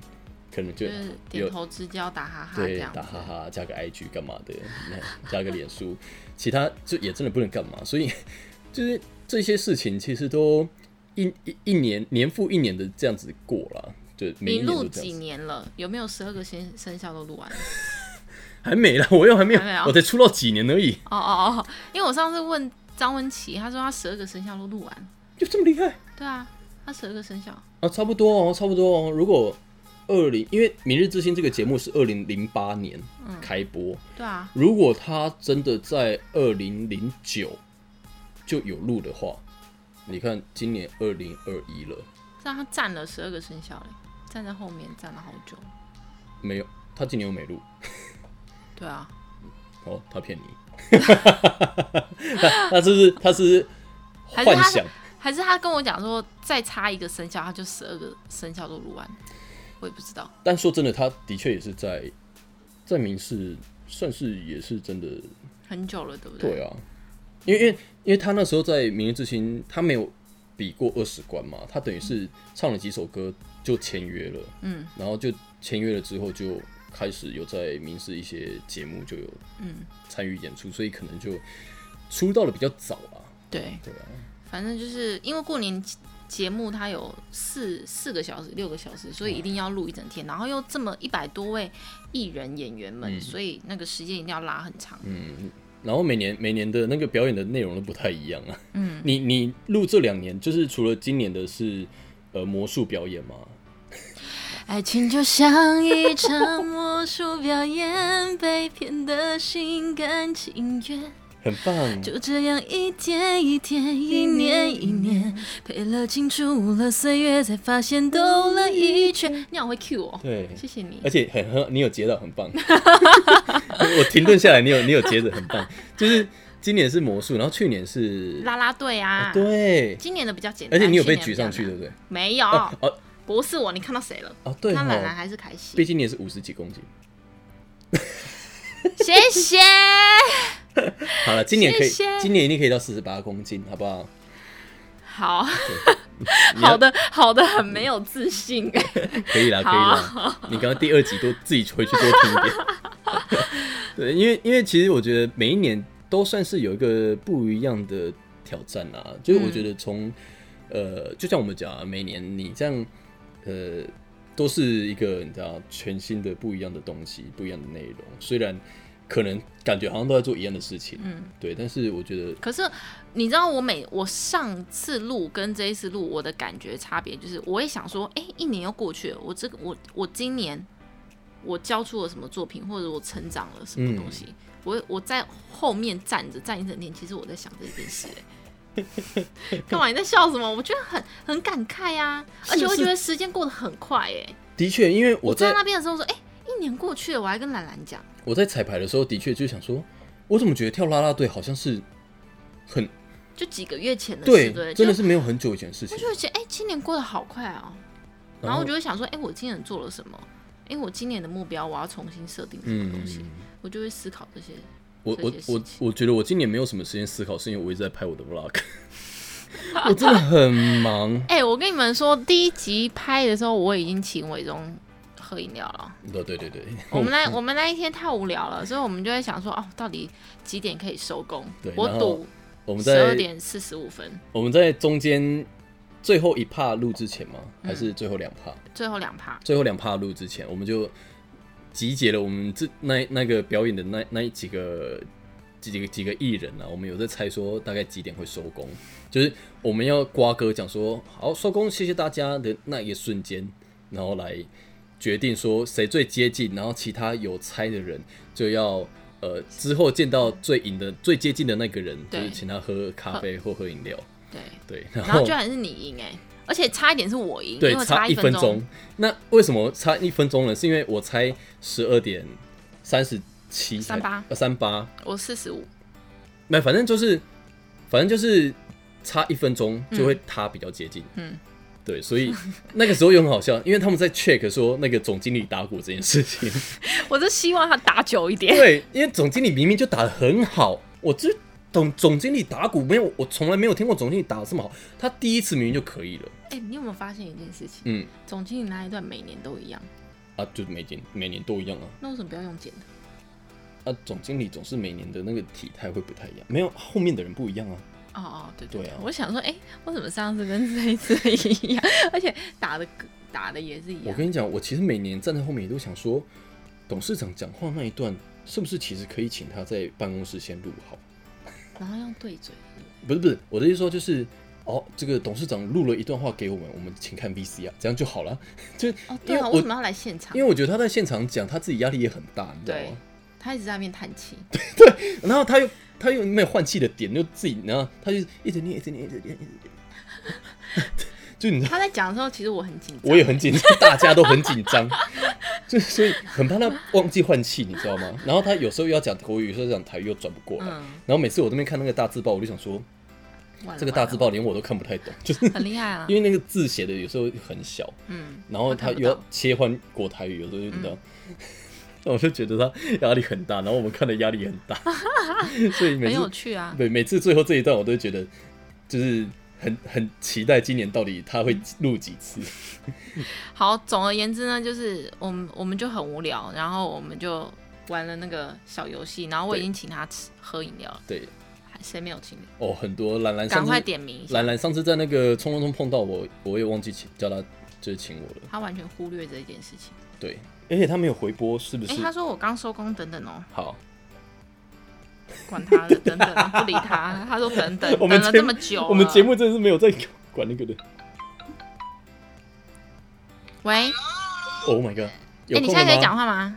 [SPEAKER 2] 可能就
[SPEAKER 1] 嗯就是
[SPEAKER 2] 有
[SPEAKER 1] 点头之交、打哈哈这
[SPEAKER 2] 啊对，
[SPEAKER 1] 样子
[SPEAKER 2] 打。哈哈，加个 IG 干嘛的，那加个脸书，其他就也真的不能干嘛，所以就是这些事情其实都一一一年年复一年的这样子过了，就
[SPEAKER 1] 你
[SPEAKER 2] 每一年都
[SPEAKER 1] 录
[SPEAKER 2] 这
[SPEAKER 1] 几
[SPEAKER 2] 样子，
[SPEAKER 1] 年了？有没有十二个生生肖都录
[SPEAKER 2] *laughs*
[SPEAKER 1] 完了？
[SPEAKER 2] 还没啦，我又还没有，
[SPEAKER 1] 还没有
[SPEAKER 2] 我才出道几年而已，
[SPEAKER 1] 哦哦哦，因为我上次问张文琪，他说他十二个生肖都录完。
[SPEAKER 2] 就这么厉害
[SPEAKER 1] 对啊，他十二个生肖。
[SPEAKER 2] 啊，差不多哦，差不多哦，如果。二零，因为《明日之星》这个节目是二零零八年开播，
[SPEAKER 1] 对啊，
[SPEAKER 2] 如果他真的在二零零九就有录的话，你看今年二零二一了，
[SPEAKER 1] 让他占了十二个生肖嘞，站在后面站了好久。
[SPEAKER 2] 没有，他今年又没录，
[SPEAKER 1] 对啊，
[SPEAKER 2] 哦，他骗你， *laughs* 那那是不是他是不是
[SPEAKER 1] 还是他
[SPEAKER 2] 幻想？
[SPEAKER 1] 还是他跟我讲说再差一个生肖，他就十二个生肖都录完。我也不知道，
[SPEAKER 2] 但说真的，他的确也是在在明示，算是也是真的，
[SPEAKER 1] 很久了，对不对？
[SPEAKER 2] 对啊，因为因为因为他那时候在《明日之星》，他没有比过二十关嘛，他等于是唱了几首歌就签约了。
[SPEAKER 1] 嗯
[SPEAKER 2] 然后就签约了之后，就开始有在民视一些节目就有
[SPEAKER 1] 嗯，
[SPEAKER 2] 参与演出，所以可能就出道的比较早啦。
[SPEAKER 1] 对，
[SPEAKER 2] 对啊，
[SPEAKER 1] 反正就是因为过年节节目它有四四个小时、六个小时，所以一定要录一整天，然后又这么一百多位艺人演员们，所以那个时间一定要拉很长。
[SPEAKER 2] 然后每年每年的那个 *laughs* 表演的内容都不太一样啊。嗯，你你录这两年，就是除了今年的是。呃魔术表演吗？
[SPEAKER 1] 爱情就像一场魔术表演，被骗的心甘情愿。
[SPEAKER 2] 很棒，
[SPEAKER 1] 就这样一天一天，一年一年，赔了青春，误了岁月，才发现兜了一圈。你好会 Q 哦，
[SPEAKER 2] 对，
[SPEAKER 1] 谢谢你
[SPEAKER 2] 而。且很很，你有接到，很棒。 *laughs* 我停顿下来，你有你有接着，很棒。就是今年是魔术，然后去年是
[SPEAKER 1] 啦啦队啊，
[SPEAKER 2] 对，
[SPEAKER 1] 今年的比较简单，
[SPEAKER 2] 而且你有
[SPEAKER 1] 去
[SPEAKER 2] 被
[SPEAKER 1] 年
[SPEAKER 2] 举
[SPEAKER 1] 比较
[SPEAKER 2] 上去，
[SPEAKER 1] 难
[SPEAKER 2] 对不对？
[SPEAKER 1] 没有，
[SPEAKER 2] 哦哦
[SPEAKER 1] 不是我，你看到谁了？
[SPEAKER 2] 哦，对
[SPEAKER 1] 那兰兰
[SPEAKER 2] 哈，
[SPEAKER 1] 还是凯
[SPEAKER 2] 毕
[SPEAKER 1] 西，
[SPEAKER 2] 竟你也是五十几公斤。哦
[SPEAKER 1] *laughs* 谢谢。
[SPEAKER 2] 好了，今年可以
[SPEAKER 1] 谢谢，
[SPEAKER 2] 今年一定可以到四十八公斤，好不好？
[SPEAKER 1] 好
[SPEAKER 2] 你
[SPEAKER 1] *laughs*
[SPEAKER 2] 要
[SPEAKER 1] 好，的好的，很没有自信。
[SPEAKER 2] 可以啦，可以啦。你刚刚第二集多自己回去多听
[SPEAKER 1] *laughs*
[SPEAKER 2] 一点。对，因为因为其实我觉得每一年都算是有一个不一样的挑战啦。就是我觉得从、呃，就像我们讲啊，每年你这样呃，都是一个你知道全新的不一样的东西，不一样的内容。虽然可能感觉好像都在做一样的事情，
[SPEAKER 1] 嗯，
[SPEAKER 2] 对，但是我觉得
[SPEAKER 1] 可是你知道，我每我上次录跟这一次录，我的感觉差别就是，我会想说，哎、一年又过去了，我这个我我今年我交出了什么作品，或者我成长了什么东
[SPEAKER 2] 嗯
[SPEAKER 1] 西，我我在后面站着站一整天，其实我在想这件事、
[SPEAKER 2] *laughs*
[SPEAKER 1] 哎，干嘛你在笑什么？我觉得很很感慨啊，
[SPEAKER 2] 是
[SPEAKER 1] 而且我
[SPEAKER 2] 是
[SPEAKER 1] 觉得时间过得很快、哎，
[SPEAKER 2] 的确，因为
[SPEAKER 1] 我
[SPEAKER 2] 我
[SPEAKER 1] 坐在
[SPEAKER 2] 在
[SPEAKER 1] 那边的时候说，哎、一年过去了，我还跟兰兰讲，
[SPEAKER 2] 我在彩排的时候，的确就想说，我怎么觉得跳啦啦队好像是很
[SPEAKER 1] 就几个月前的事，
[SPEAKER 2] 对
[SPEAKER 1] 对，，
[SPEAKER 2] 真的
[SPEAKER 1] 就是
[SPEAKER 2] 没有很久以前的事情
[SPEAKER 1] 我。就觉得，哎、今年过得好快啊、然后我就会想说，哎、我今年做了什么？哎、我今年的目标我要重新设定什么东西？
[SPEAKER 2] 嗯
[SPEAKER 1] 我就会思考这些。
[SPEAKER 2] 我我
[SPEAKER 1] 这些事
[SPEAKER 2] 我
[SPEAKER 1] 情
[SPEAKER 2] 我觉得我今年没有什么时间思考，是因为我一直在拍我的 vlog，我真的很忙。
[SPEAKER 1] 哎、我跟你们说，第一集拍的时候我已经请伟忠喝饮料了。
[SPEAKER 2] 对对对对，
[SPEAKER 1] 我们
[SPEAKER 2] 嗯
[SPEAKER 1] 那我们那一天太无聊了，所以我们就在想说，哦，到底几点可以收工
[SPEAKER 2] 对？
[SPEAKER 1] 我
[SPEAKER 2] 然后
[SPEAKER 1] 赌
[SPEAKER 2] 我们
[SPEAKER 1] 十二
[SPEAKER 2] 在
[SPEAKER 1] 点四十五分，
[SPEAKER 2] 我们在中间最后一趴录之前吗？还是最后两趴？
[SPEAKER 1] 最后两趴。
[SPEAKER 2] 最后两趴录之前，我们就集结了我们这那那个表演的那那几个几几个几个艺人啊，我们有在猜说大概几点会收工，就是我们要瓜哥讲说好收工，谢谢大家的那一个瞬间，然后来决定说谁最接近，然后其他有猜的人就要。呃，之后见到最赢的、最接近的那个人，就
[SPEAKER 1] 对
[SPEAKER 2] 是请他喝咖啡或喝饮料。
[SPEAKER 1] 对，
[SPEAKER 2] 对，
[SPEAKER 1] 然后居然是你赢哎、而且差一点是我赢，
[SPEAKER 2] 对
[SPEAKER 1] 因，为
[SPEAKER 2] 差
[SPEAKER 1] 一
[SPEAKER 2] 分
[SPEAKER 1] 钟
[SPEAKER 2] 钟。。那为什么差一分钟呢？是因为我猜十二点三十七，
[SPEAKER 1] 38
[SPEAKER 2] 呃三八，
[SPEAKER 1] 我四十五，
[SPEAKER 2] 那反正就是，反正就是差一分钟就会他比较接近。
[SPEAKER 1] 嗯
[SPEAKER 2] 对，所以那个时候又很好笑，因为他们在 check 说那个总经理打鼓这件事情。
[SPEAKER 1] 我就希望他打久一点。
[SPEAKER 2] 对，因为总经理明明就打得很好，我就懂总经理打鼓没有，我从来没有听过总经理打得这么好。他第一次明明就可以了，
[SPEAKER 1] 哎、你有没有发现一件事情？
[SPEAKER 2] 嗯，
[SPEAKER 1] 总经理那一段每年都一样，
[SPEAKER 2] 啊，就是每年每年都一样啊。
[SPEAKER 1] 那为什么不要用剪的？
[SPEAKER 2] 啊，总经理总是每年的那个体态会不太一样，没有后面的人不一样啊。
[SPEAKER 1] 哦哦，对对
[SPEAKER 2] 对啊
[SPEAKER 1] 我想说，哎、为什么上次跟这一次一样， *laughs* 而且打的打的也是一
[SPEAKER 2] 我
[SPEAKER 1] 样？
[SPEAKER 2] 跟你讲，我其实每年站在后面也都想说，董事长讲话那一段是不是其实可以请他在办公室先录好？
[SPEAKER 1] 然后用对嘴，
[SPEAKER 2] 不是不是，我的意思说就是，哦，这个董事长录了一段话给我们，我们请看 VCR，这样就好了。 *laughs* 就
[SPEAKER 1] 哦，
[SPEAKER 2] 因
[SPEAKER 1] 对
[SPEAKER 2] 为
[SPEAKER 1] 啊，
[SPEAKER 2] 我
[SPEAKER 1] 为什么要来现场
[SPEAKER 2] 因为？我觉得他在现场讲，他自己压力也很大，你知道
[SPEAKER 1] 对
[SPEAKER 2] 吗？，
[SPEAKER 1] 他一直在那边叹气，
[SPEAKER 2] 然后他又他又没有换气的点，就自己，然后他就一直念，一直念，一直念，一直念， *laughs* 就你知道。
[SPEAKER 1] 他在讲的时候，其实我很紧张，
[SPEAKER 2] 我也很紧 *laughs* 张，大家都很紧张， *laughs* 就所以很怕他忘记换气，你知道吗？然后他有时候又要讲国语，有时候讲台语又转不过来。
[SPEAKER 1] 嗯
[SPEAKER 2] 然后每次我这边看那个大字报，我就想说，
[SPEAKER 1] 完了
[SPEAKER 2] 这个大字
[SPEAKER 1] 完
[SPEAKER 2] 报连我都看不太懂， *laughs* 就是
[SPEAKER 1] 了很厉害啊
[SPEAKER 2] 因，为那个字写的有时候很小，
[SPEAKER 1] 嗯，
[SPEAKER 2] 然后
[SPEAKER 1] 他
[SPEAKER 2] 他
[SPEAKER 1] 看不
[SPEAKER 2] 又要
[SPEAKER 1] 到嗯
[SPEAKER 2] 切换国台语，有时候就你知道，那 *laughs* 我就觉得他压力很大，然后我们看的压力也很大， *laughs* 所以每
[SPEAKER 1] 很有
[SPEAKER 2] 次
[SPEAKER 1] 趣啊。
[SPEAKER 2] 对每次最后这一段，我都会觉得就是很很期待今年到底他会录几次。 *laughs*
[SPEAKER 1] 好，总而言之呢，就是我们我们就很无聊，然后我们就玩了那个小游戏，然后我已
[SPEAKER 2] 对
[SPEAKER 1] 经请他吃喝饮料了，
[SPEAKER 2] 对，
[SPEAKER 1] 还谁没有请你？
[SPEAKER 2] 哦，很多兰兰上
[SPEAKER 1] 赶
[SPEAKER 2] 次
[SPEAKER 1] 快点名一下
[SPEAKER 2] 兰。兰上次在那个冲浪中碰到我，我也忘记请叫她就是请我了。
[SPEAKER 1] 他完全忽略这一件事情。
[SPEAKER 2] 对，而且她没有回拨，是不
[SPEAKER 1] 哎、
[SPEAKER 2] 是？
[SPEAKER 1] 他说我刚收工，等等哦、
[SPEAKER 2] 好，
[SPEAKER 1] 管他的，等等哦、不理他。
[SPEAKER 2] *laughs*
[SPEAKER 1] 他说等等，
[SPEAKER 2] 哦
[SPEAKER 1] 等
[SPEAKER 2] 我们
[SPEAKER 1] 了
[SPEAKER 2] 节
[SPEAKER 1] 这
[SPEAKER 2] 目
[SPEAKER 1] 么久了
[SPEAKER 2] 我们节目真的是没有在管那个的。
[SPEAKER 1] 喂，
[SPEAKER 2] *laughs* Oh my god！
[SPEAKER 1] 哎、
[SPEAKER 2] 有
[SPEAKER 1] 你
[SPEAKER 2] 空
[SPEAKER 1] 现在可
[SPEAKER 2] 了
[SPEAKER 1] 以
[SPEAKER 2] 吗？
[SPEAKER 1] 讲话吗？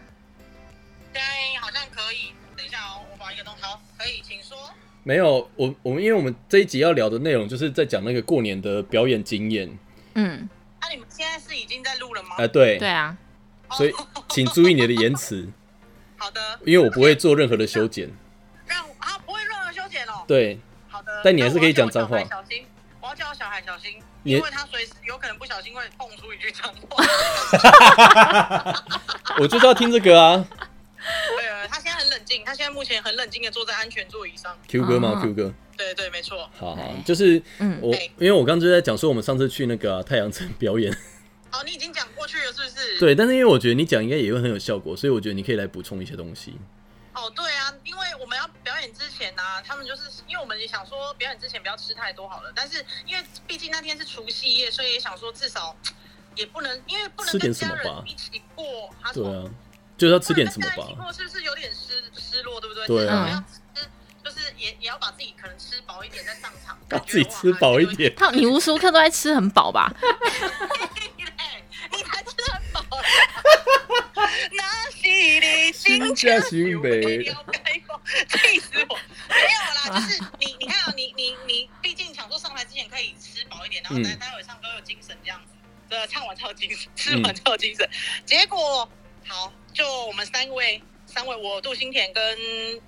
[SPEAKER 3] 现在好像可以，等一下哦，我把一个东西好，可以，请说。
[SPEAKER 2] 没有，我我们因为我们这一集要聊的内容就是在讲那个过年的表演经验。
[SPEAKER 1] 嗯，
[SPEAKER 3] 那、啊你们现在是已经在录了吗？
[SPEAKER 2] 啊，对，
[SPEAKER 1] 对啊，
[SPEAKER 2] 所以请注意你的言辞， *laughs*
[SPEAKER 3] 好的，
[SPEAKER 2] 因为我不会做任何的修剪。
[SPEAKER 3] 让啊不会任何修剪哦。
[SPEAKER 2] 对，
[SPEAKER 3] 好的，
[SPEAKER 2] 但你还是可以讲脏话
[SPEAKER 3] 那我要叫我小孩小心，我要叫我小孩小心，
[SPEAKER 2] 你
[SPEAKER 3] 因为他随时有可能不小心会蹦出一句脏
[SPEAKER 2] *laughs*
[SPEAKER 3] 话。
[SPEAKER 2] 我就是要听这个啊
[SPEAKER 1] *laughs*
[SPEAKER 3] 对，呃他现在很冷静，他现在目前很冷静的坐在安全座椅上。
[SPEAKER 2] ，Q 哥嘛
[SPEAKER 1] 哦
[SPEAKER 2] ，Q 哥，
[SPEAKER 3] 对对，没错。
[SPEAKER 2] 好好
[SPEAKER 1] 对，
[SPEAKER 2] 就是
[SPEAKER 1] 嗯
[SPEAKER 2] 我
[SPEAKER 3] 对，
[SPEAKER 2] 因为我刚刚就在讲说我们上次去那个啊、太阳城表演，
[SPEAKER 3] 好，你已经讲过去了，是不是？。
[SPEAKER 2] 对，但是因为我觉得你讲应该也会很有效果，所以我觉得你可以来补充一些东西。
[SPEAKER 3] 哦，对啊，因为我们要表演之前呢、啊他们就是因为我们也想说表演之前不要吃太多好了，但是因为毕竟那天是除夕夜，所以也想说至少也不能，因为不
[SPEAKER 2] 吃
[SPEAKER 3] 能
[SPEAKER 2] 点
[SPEAKER 3] 跟
[SPEAKER 2] 什么
[SPEAKER 3] 家
[SPEAKER 2] 吧
[SPEAKER 3] 人一起过，他
[SPEAKER 2] 对啊，就是要吃点什么
[SPEAKER 3] 不能跟家人一起
[SPEAKER 2] 吧。
[SPEAKER 3] 过是不是有点失失落，对不对？
[SPEAKER 2] 对
[SPEAKER 1] 啊
[SPEAKER 3] 就是要吃，就是也也要把自己可能吃饱一点再上场，
[SPEAKER 2] 要啊
[SPEAKER 3] 感觉
[SPEAKER 2] 自己吃饱一。点，
[SPEAKER 1] 他你无时无刻都在吃很饱吧？
[SPEAKER 3] 哎你才吃得饱啊。那是你心
[SPEAKER 2] 家
[SPEAKER 3] 情
[SPEAKER 2] 行
[SPEAKER 3] 美
[SPEAKER 2] 为。
[SPEAKER 3] 气死我！没有啦，就是你，你看啊，你你你，毕竟想说上台之前可以吃饱一点，然后待
[SPEAKER 2] 嗯
[SPEAKER 3] 待会唱歌有精神这样子，对，唱完才有精神，吃完才有精神。结果好，就我们三位，三位我杜新田跟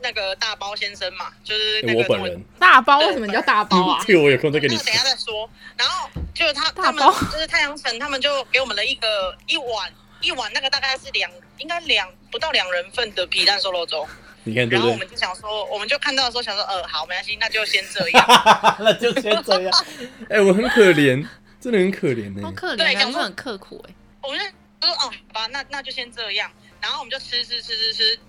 [SPEAKER 3] 那个大包先生嘛，就是那个
[SPEAKER 2] 哎
[SPEAKER 3] 哦
[SPEAKER 2] 我本人，
[SPEAKER 1] 大包为什么你叫大包
[SPEAKER 2] *laughs*
[SPEAKER 1] 啊？
[SPEAKER 2] 这个我有空再跟
[SPEAKER 3] 那
[SPEAKER 2] 你
[SPEAKER 3] 个
[SPEAKER 2] 说
[SPEAKER 3] 等一。下再说。然后就是他
[SPEAKER 1] 大
[SPEAKER 3] 他们
[SPEAKER 1] 包
[SPEAKER 3] 就是太阳城，他们就给我们了一个一碗一碗那个大概是两应该两不到两人份的皮蛋瘦肉粥。
[SPEAKER 2] 你看对
[SPEAKER 3] 然
[SPEAKER 2] 不
[SPEAKER 3] 后我
[SPEAKER 2] 对？
[SPEAKER 3] 们就想说，我们就看到的时候想说，呃，好，没关系，那就先这样。
[SPEAKER 2] *laughs* 那就先这样。哎，我很可怜，真的很可怜
[SPEAKER 1] 好
[SPEAKER 2] 呢。
[SPEAKER 1] 可
[SPEAKER 3] 对
[SPEAKER 1] 怜啊，
[SPEAKER 3] 讲
[SPEAKER 1] 你
[SPEAKER 3] 说
[SPEAKER 1] 很刻苦哎、
[SPEAKER 3] 我们就说，哦，好吧，那那就先这样。然后我们就吃吃吃吃吃，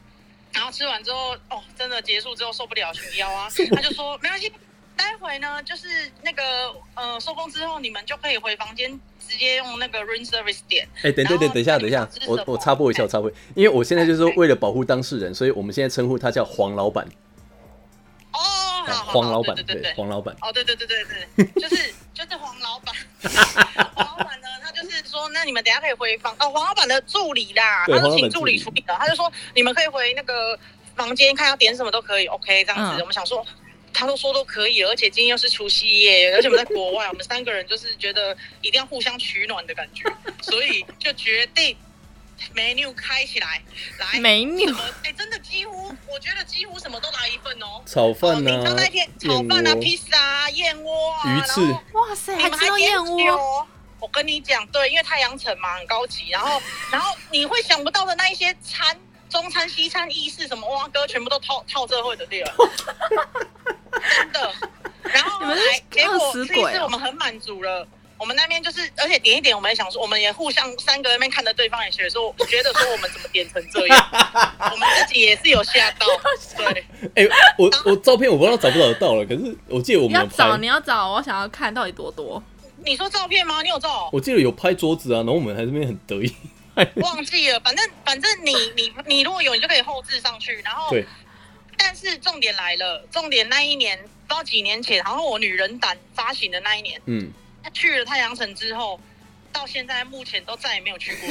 [SPEAKER 3] 然后吃完之后，哦，真的结束之后受不了群腰啊，他就说没关系，待会呢就是那个呃收工之后，你们就可以回房间直接用那个 room service 点。
[SPEAKER 2] 哎，等等等等一下，等一下，我我插播一
[SPEAKER 3] 哎
[SPEAKER 2] 下，我插播，因为我现在就是说为了保护当事人，所以我们现在称呼他叫黄老板，
[SPEAKER 3] 哦，好
[SPEAKER 2] 啊
[SPEAKER 3] 好好，
[SPEAKER 2] 黄老板，
[SPEAKER 3] 对对对。
[SPEAKER 2] 黄老板，
[SPEAKER 3] 哦，对对对对对，
[SPEAKER 2] *laughs*
[SPEAKER 3] 就是就是黄老板， *laughs* 黄老板呢，他就是说，那你们等一下可以回房哦，黄老板的助理啦，
[SPEAKER 2] 对
[SPEAKER 3] 他
[SPEAKER 2] 黄老
[SPEAKER 3] 是
[SPEAKER 2] 板
[SPEAKER 3] 请
[SPEAKER 2] 助
[SPEAKER 3] 助
[SPEAKER 2] 理
[SPEAKER 3] 理处理的，他就说你们可以回那个房间看要点什么都可以，OK 这样子。
[SPEAKER 1] 嗯
[SPEAKER 3] 我们想说，他都说都可以，而且今天又是除夕夜，而且我们在国外，我们三个人就是觉得一定要互相取暖的感觉，所以就决定 menu 开起来，来
[SPEAKER 1] 没
[SPEAKER 3] 什
[SPEAKER 1] 扭
[SPEAKER 3] 么，哎、真的几乎，我觉得几乎什么都来一份哦。
[SPEAKER 2] 炒
[SPEAKER 3] 哦，
[SPEAKER 2] 饭
[SPEAKER 3] 你知道
[SPEAKER 2] 呐
[SPEAKER 3] 那天，炒
[SPEAKER 2] 燕
[SPEAKER 3] 饭啊、
[SPEAKER 2] 窝，
[SPEAKER 3] 披萨啊、燕窝啊，
[SPEAKER 2] 鱼
[SPEAKER 3] 然
[SPEAKER 2] 翅
[SPEAKER 3] 后
[SPEAKER 1] 哇塞，
[SPEAKER 3] 你
[SPEAKER 1] 还
[SPEAKER 3] 们
[SPEAKER 1] 吃
[SPEAKER 3] 还
[SPEAKER 1] 到
[SPEAKER 3] 点
[SPEAKER 1] 燕
[SPEAKER 2] 哦
[SPEAKER 1] 窝，
[SPEAKER 3] 酒。我跟你讲，对，因为太阳城嘛，很高级。然后，然后你会想不到的那一些餐，中餐、西餐、意式什么，哇哥全部都套套这会的地儿，真的。然后
[SPEAKER 1] 你们是
[SPEAKER 3] 来，结果
[SPEAKER 1] 饿死
[SPEAKER 3] 这
[SPEAKER 1] 鬼哦
[SPEAKER 3] 一次我们很满足了。我们那边就是，而且点一点，我们也想说，我们也互相三个那边看着对方也学说，觉得说我们怎么点成这样，我们自己也是有
[SPEAKER 1] *laughs*
[SPEAKER 3] 吓到，对。
[SPEAKER 2] 哎，我我照片我不知道找不找得到了，可是我记得我
[SPEAKER 1] 你
[SPEAKER 2] 们
[SPEAKER 1] 要
[SPEAKER 2] 有
[SPEAKER 1] 找
[SPEAKER 2] 拍
[SPEAKER 1] 你，要找，我想要看到底多多。
[SPEAKER 3] 你说照片吗？你有照？
[SPEAKER 2] 我记得有拍桌子啊，然后我们还这边很得意，
[SPEAKER 3] 忘记了，反正反正你你你如果有，你就可以后置上去。然后，
[SPEAKER 2] 对，
[SPEAKER 3] 但是重点来了，重点那一年不知道几年前，然后我女人胆发行的那一年，
[SPEAKER 2] 嗯，
[SPEAKER 3] 去了太阳城之后，到现在目前都再也没有去过。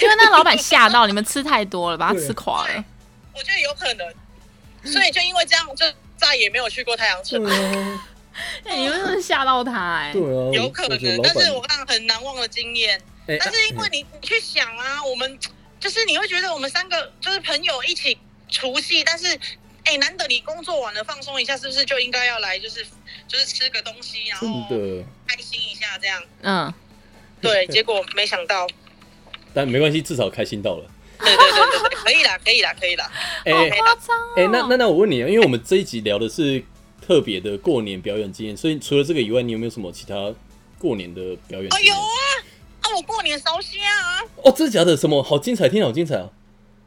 [SPEAKER 1] 因为那老板吓到你们吃太多了，把他吃
[SPEAKER 2] *laughs*
[SPEAKER 1] 垮了。
[SPEAKER 3] 我觉得有可能，所以就因为这样，就再也没有去过太阳城。
[SPEAKER 2] 对啊，
[SPEAKER 1] 哎、你们真的吓到他哎、
[SPEAKER 2] 对啊，
[SPEAKER 3] 有可
[SPEAKER 2] 我觉得
[SPEAKER 3] 能，
[SPEAKER 2] 老
[SPEAKER 3] 但
[SPEAKER 2] 板
[SPEAKER 3] 是我看很难忘的经验。
[SPEAKER 2] 哎
[SPEAKER 3] 但是因为你你去想啊，我们就是你会觉得我们三个就是朋友一起除夕，但是哎、难得你工作完了放松一下，是不是就应该要来就是就是吃个东西，然后
[SPEAKER 2] 哎真的，
[SPEAKER 3] 开心一下这样？
[SPEAKER 2] *laughs*
[SPEAKER 1] 嗯，
[SPEAKER 3] 对，结果没想到，
[SPEAKER 2] 但没关系，至少开心到了。
[SPEAKER 3] 对对对对对，可以啦，可以啦，可以啦。
[SPEAKER 2] 哎
[SPEAKER 1] 好
[SPEAKER 2] 哎
[SPEAKER 1] 夸张哦。
[SPEAKER 2] 哎，那那那我问你啊，因为我们这一集聊的是特别的过年表演经验，所以除了这个以外，你有没有什么其他过年的表演
[SPEAKER 3] 哦，
[SPEAKER 2] 经验？
[SPEAKER 3] 有啊，啊，我过年烧虾啊。
[SPEAKER 2] 哦，真的假的？什么好精彩？听起来好精彩啊！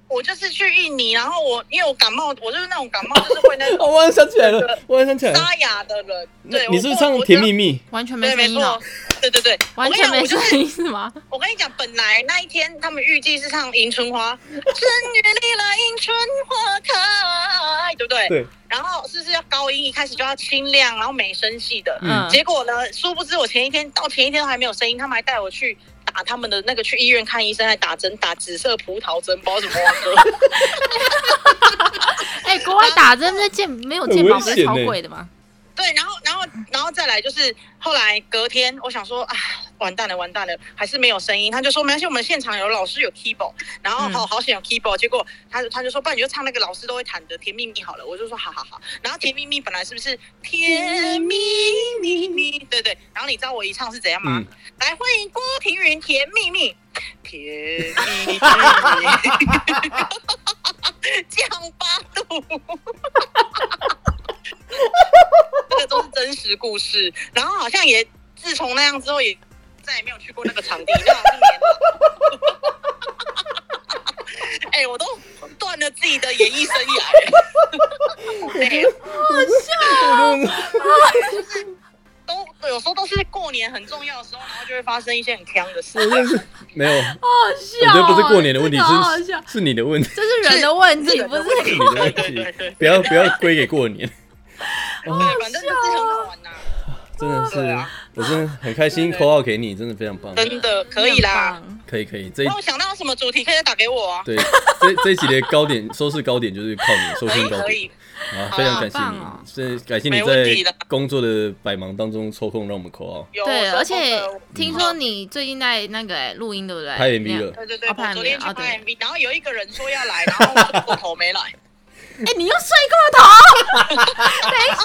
[SPEAKER 3] 我就是去印尼，然后我因为我感冒，我就是那种感冒就是会
[SPEAKER 2] *laughs*
[SPEAKER 3] 那种
[SPEAKER 2] 哦，我好像想起来了，我好像想起来了。
[SPEAKER 3] 沙哑的人。
[SPEAKER 2] 那
[SPEAKER 3] 对，
[SPEAKER 2] 你是不
[SPEAKER 3] 我
[SPEAKER 2] 是唱
[SPEAKER 3] 我
[SPEAKER 2] 《甜蜜蜜》？
[SPEAKER 1] 完全没
[SPEAKER 3] 对，
[SPEAKER 1] 声
[SPEAKER 3] 没
[SPEAKER 1] 音了
[SPEAKER 3] 错，，对对对，
[SPEAKER 1] 完全没
[SPEAKER 3] 我跟你讲我就是
[SPEAKER 1] 声音是吗？
[SPEAKER 3] 我跟你讲，本来那一天他们预计是唱《迎春花》，春雨里来，迎春花开，对不对？
[SPEAKER 2] 对，
[SPEAKER 3] 然后是不是要高音，一开始就要清亮，然后美声系的？
[SPEAKER 2] 嗯
[SPEAKER 1] 嗯，
[SPEAKER 3] 结果呢，殊不知我前一天到前一天都还没有声音，他们还带我去打打他们的那个去医院看医生，还打针打紫色葡萄针，不知道怎么挖哥。
[SPEAKER 1] 哎、国外打针那健没有
[SPEAKER 2] 很
[SPEAKER 1] 健保
[SPEAKER 2] 危
[SPEAKER 1] 不是
[SPEAKER 2] 险
[SPEAKER 1] 超
[SPEAKER 2] 欸
[SPEAKER 1] 贵的吗？
[SPEAKER 3] 对，然后然后然后再来就是后来隔天，我想说啊，完蛋了完蛋了，还是没有声音。他就说没关系，我们现场有老师有 keyboard，然后
[SPEAKER 1] 嗯
[SPEAKER 3] 好好险有 keyboard。结果他他就说，不然你就唱那个老师都会弹的《甜蜜蜜》好了。我就说好好好。然后《甜蜜蜜》本来是不是甜蜜蜜蜜？对对。然后你知道我一唱是怎样吗？
[SPEAKER 2] 嗯，
[SPEAKER 3] 来，欢迎郭庭云《甜蜜蜜》，甜蜜蜜，降八度。这个都是真实故事，然后好像也自从那样之后，也再也没有去过那个场地，那好像一年了。哎、我都断了自己的演艺生涯，好累哦啊都有时候都是过年很重要的时候，然后就会发生一些很坑的事。
[SPEAKER 2] *laughs* 没
[SPEAKER 3] 哎
[SPEAKER 2] 有，我
[SPEAKER 1] 好笑
[SPEAKER 2] 觉得不是过年的问题，
[SPEAKER 1] 这个好好笑哦
[SPEAKER 2] 是是你的问题，
[SPEAKER 1] 这是人的问题，不是
[SPEAKER 2] 是你的问
[SPEAKER 3] 对对
[SPEAKER 2] 题
[SPEAKER 3] 对，
[SPEAKER 2] 不要不要归给过年。
[SPEAKER 1] 啊
[SPEAKER 2] 哦，
[SPEAKER 3] 对，反正就是很好玩呐、
[SPEAKER 2] 真的
[SPEAKER 3] 对
[SPEAKER 2] 是
[SPEAKER 3] 啊，
[SPEAKER 2] 我真的很开心，
[SPEAKER 3] 对
[SPEAKER 2] 扣号给你，真的非常棒，
[SPEAKER 3] 真的可以啦。。
[SPEAKER 2] 可以可以，这一
[SPEAKER 3] 那我想到什么主题，可以再打给我啊。
[SPEAKER 2] 对这这一集的高点收视高点就是靠你收
[SPEAKER 3] 可
[SPEAKER 2] 听
[SPEAKER 3] 以
[SPEAKER 2] 高
[SPEAKER 3] 可
[SPEAKER 2] 点
[SPEAKER 3] 以，
[SPEAKER 2] 啊，非常感谢
[SPEAKER 1] 好
[SPEAKER 2] 你
[SPEAKER 1] 棒哦，
[SPEAKER 2] 是感谢你
[SPEAKER 3] 没问
[SPEAKER 2] 在
[SPEAKER 3] 题的
[SPEAKER 2] 工作的百忙当中抽空让我们扣号
[SPEAKER 3] 有
[SPEAKER 1] 对，
[SPEAKER 3] 我说
[SPEAKER 1] 而且
[SPEAKER 3] 过的
[SPEAKER 1] 听说你最近在那个哎录音，对不对？
[SPEAKER 2] 拍 MV
[SPEAKER 1] 那样
[SPEAKER 2] 了，
[SPEAKER 3] 对对对，
[SPEAKER 1] 哦拍
[SPEAKER 3] 我昨天
[SPEAKER 1] MV
[SPEAKER 3] 去
[SPEAKER 1] 哦
[SPEAKER 3] 拍
[SPEAKER 1] 对
[SPEAKER 3] MV，然后有一个人说要来，然后我过头没 *laughs* 来。
[SPEAKER 1] 哎，你又睡过头！ *laughs* 等一下，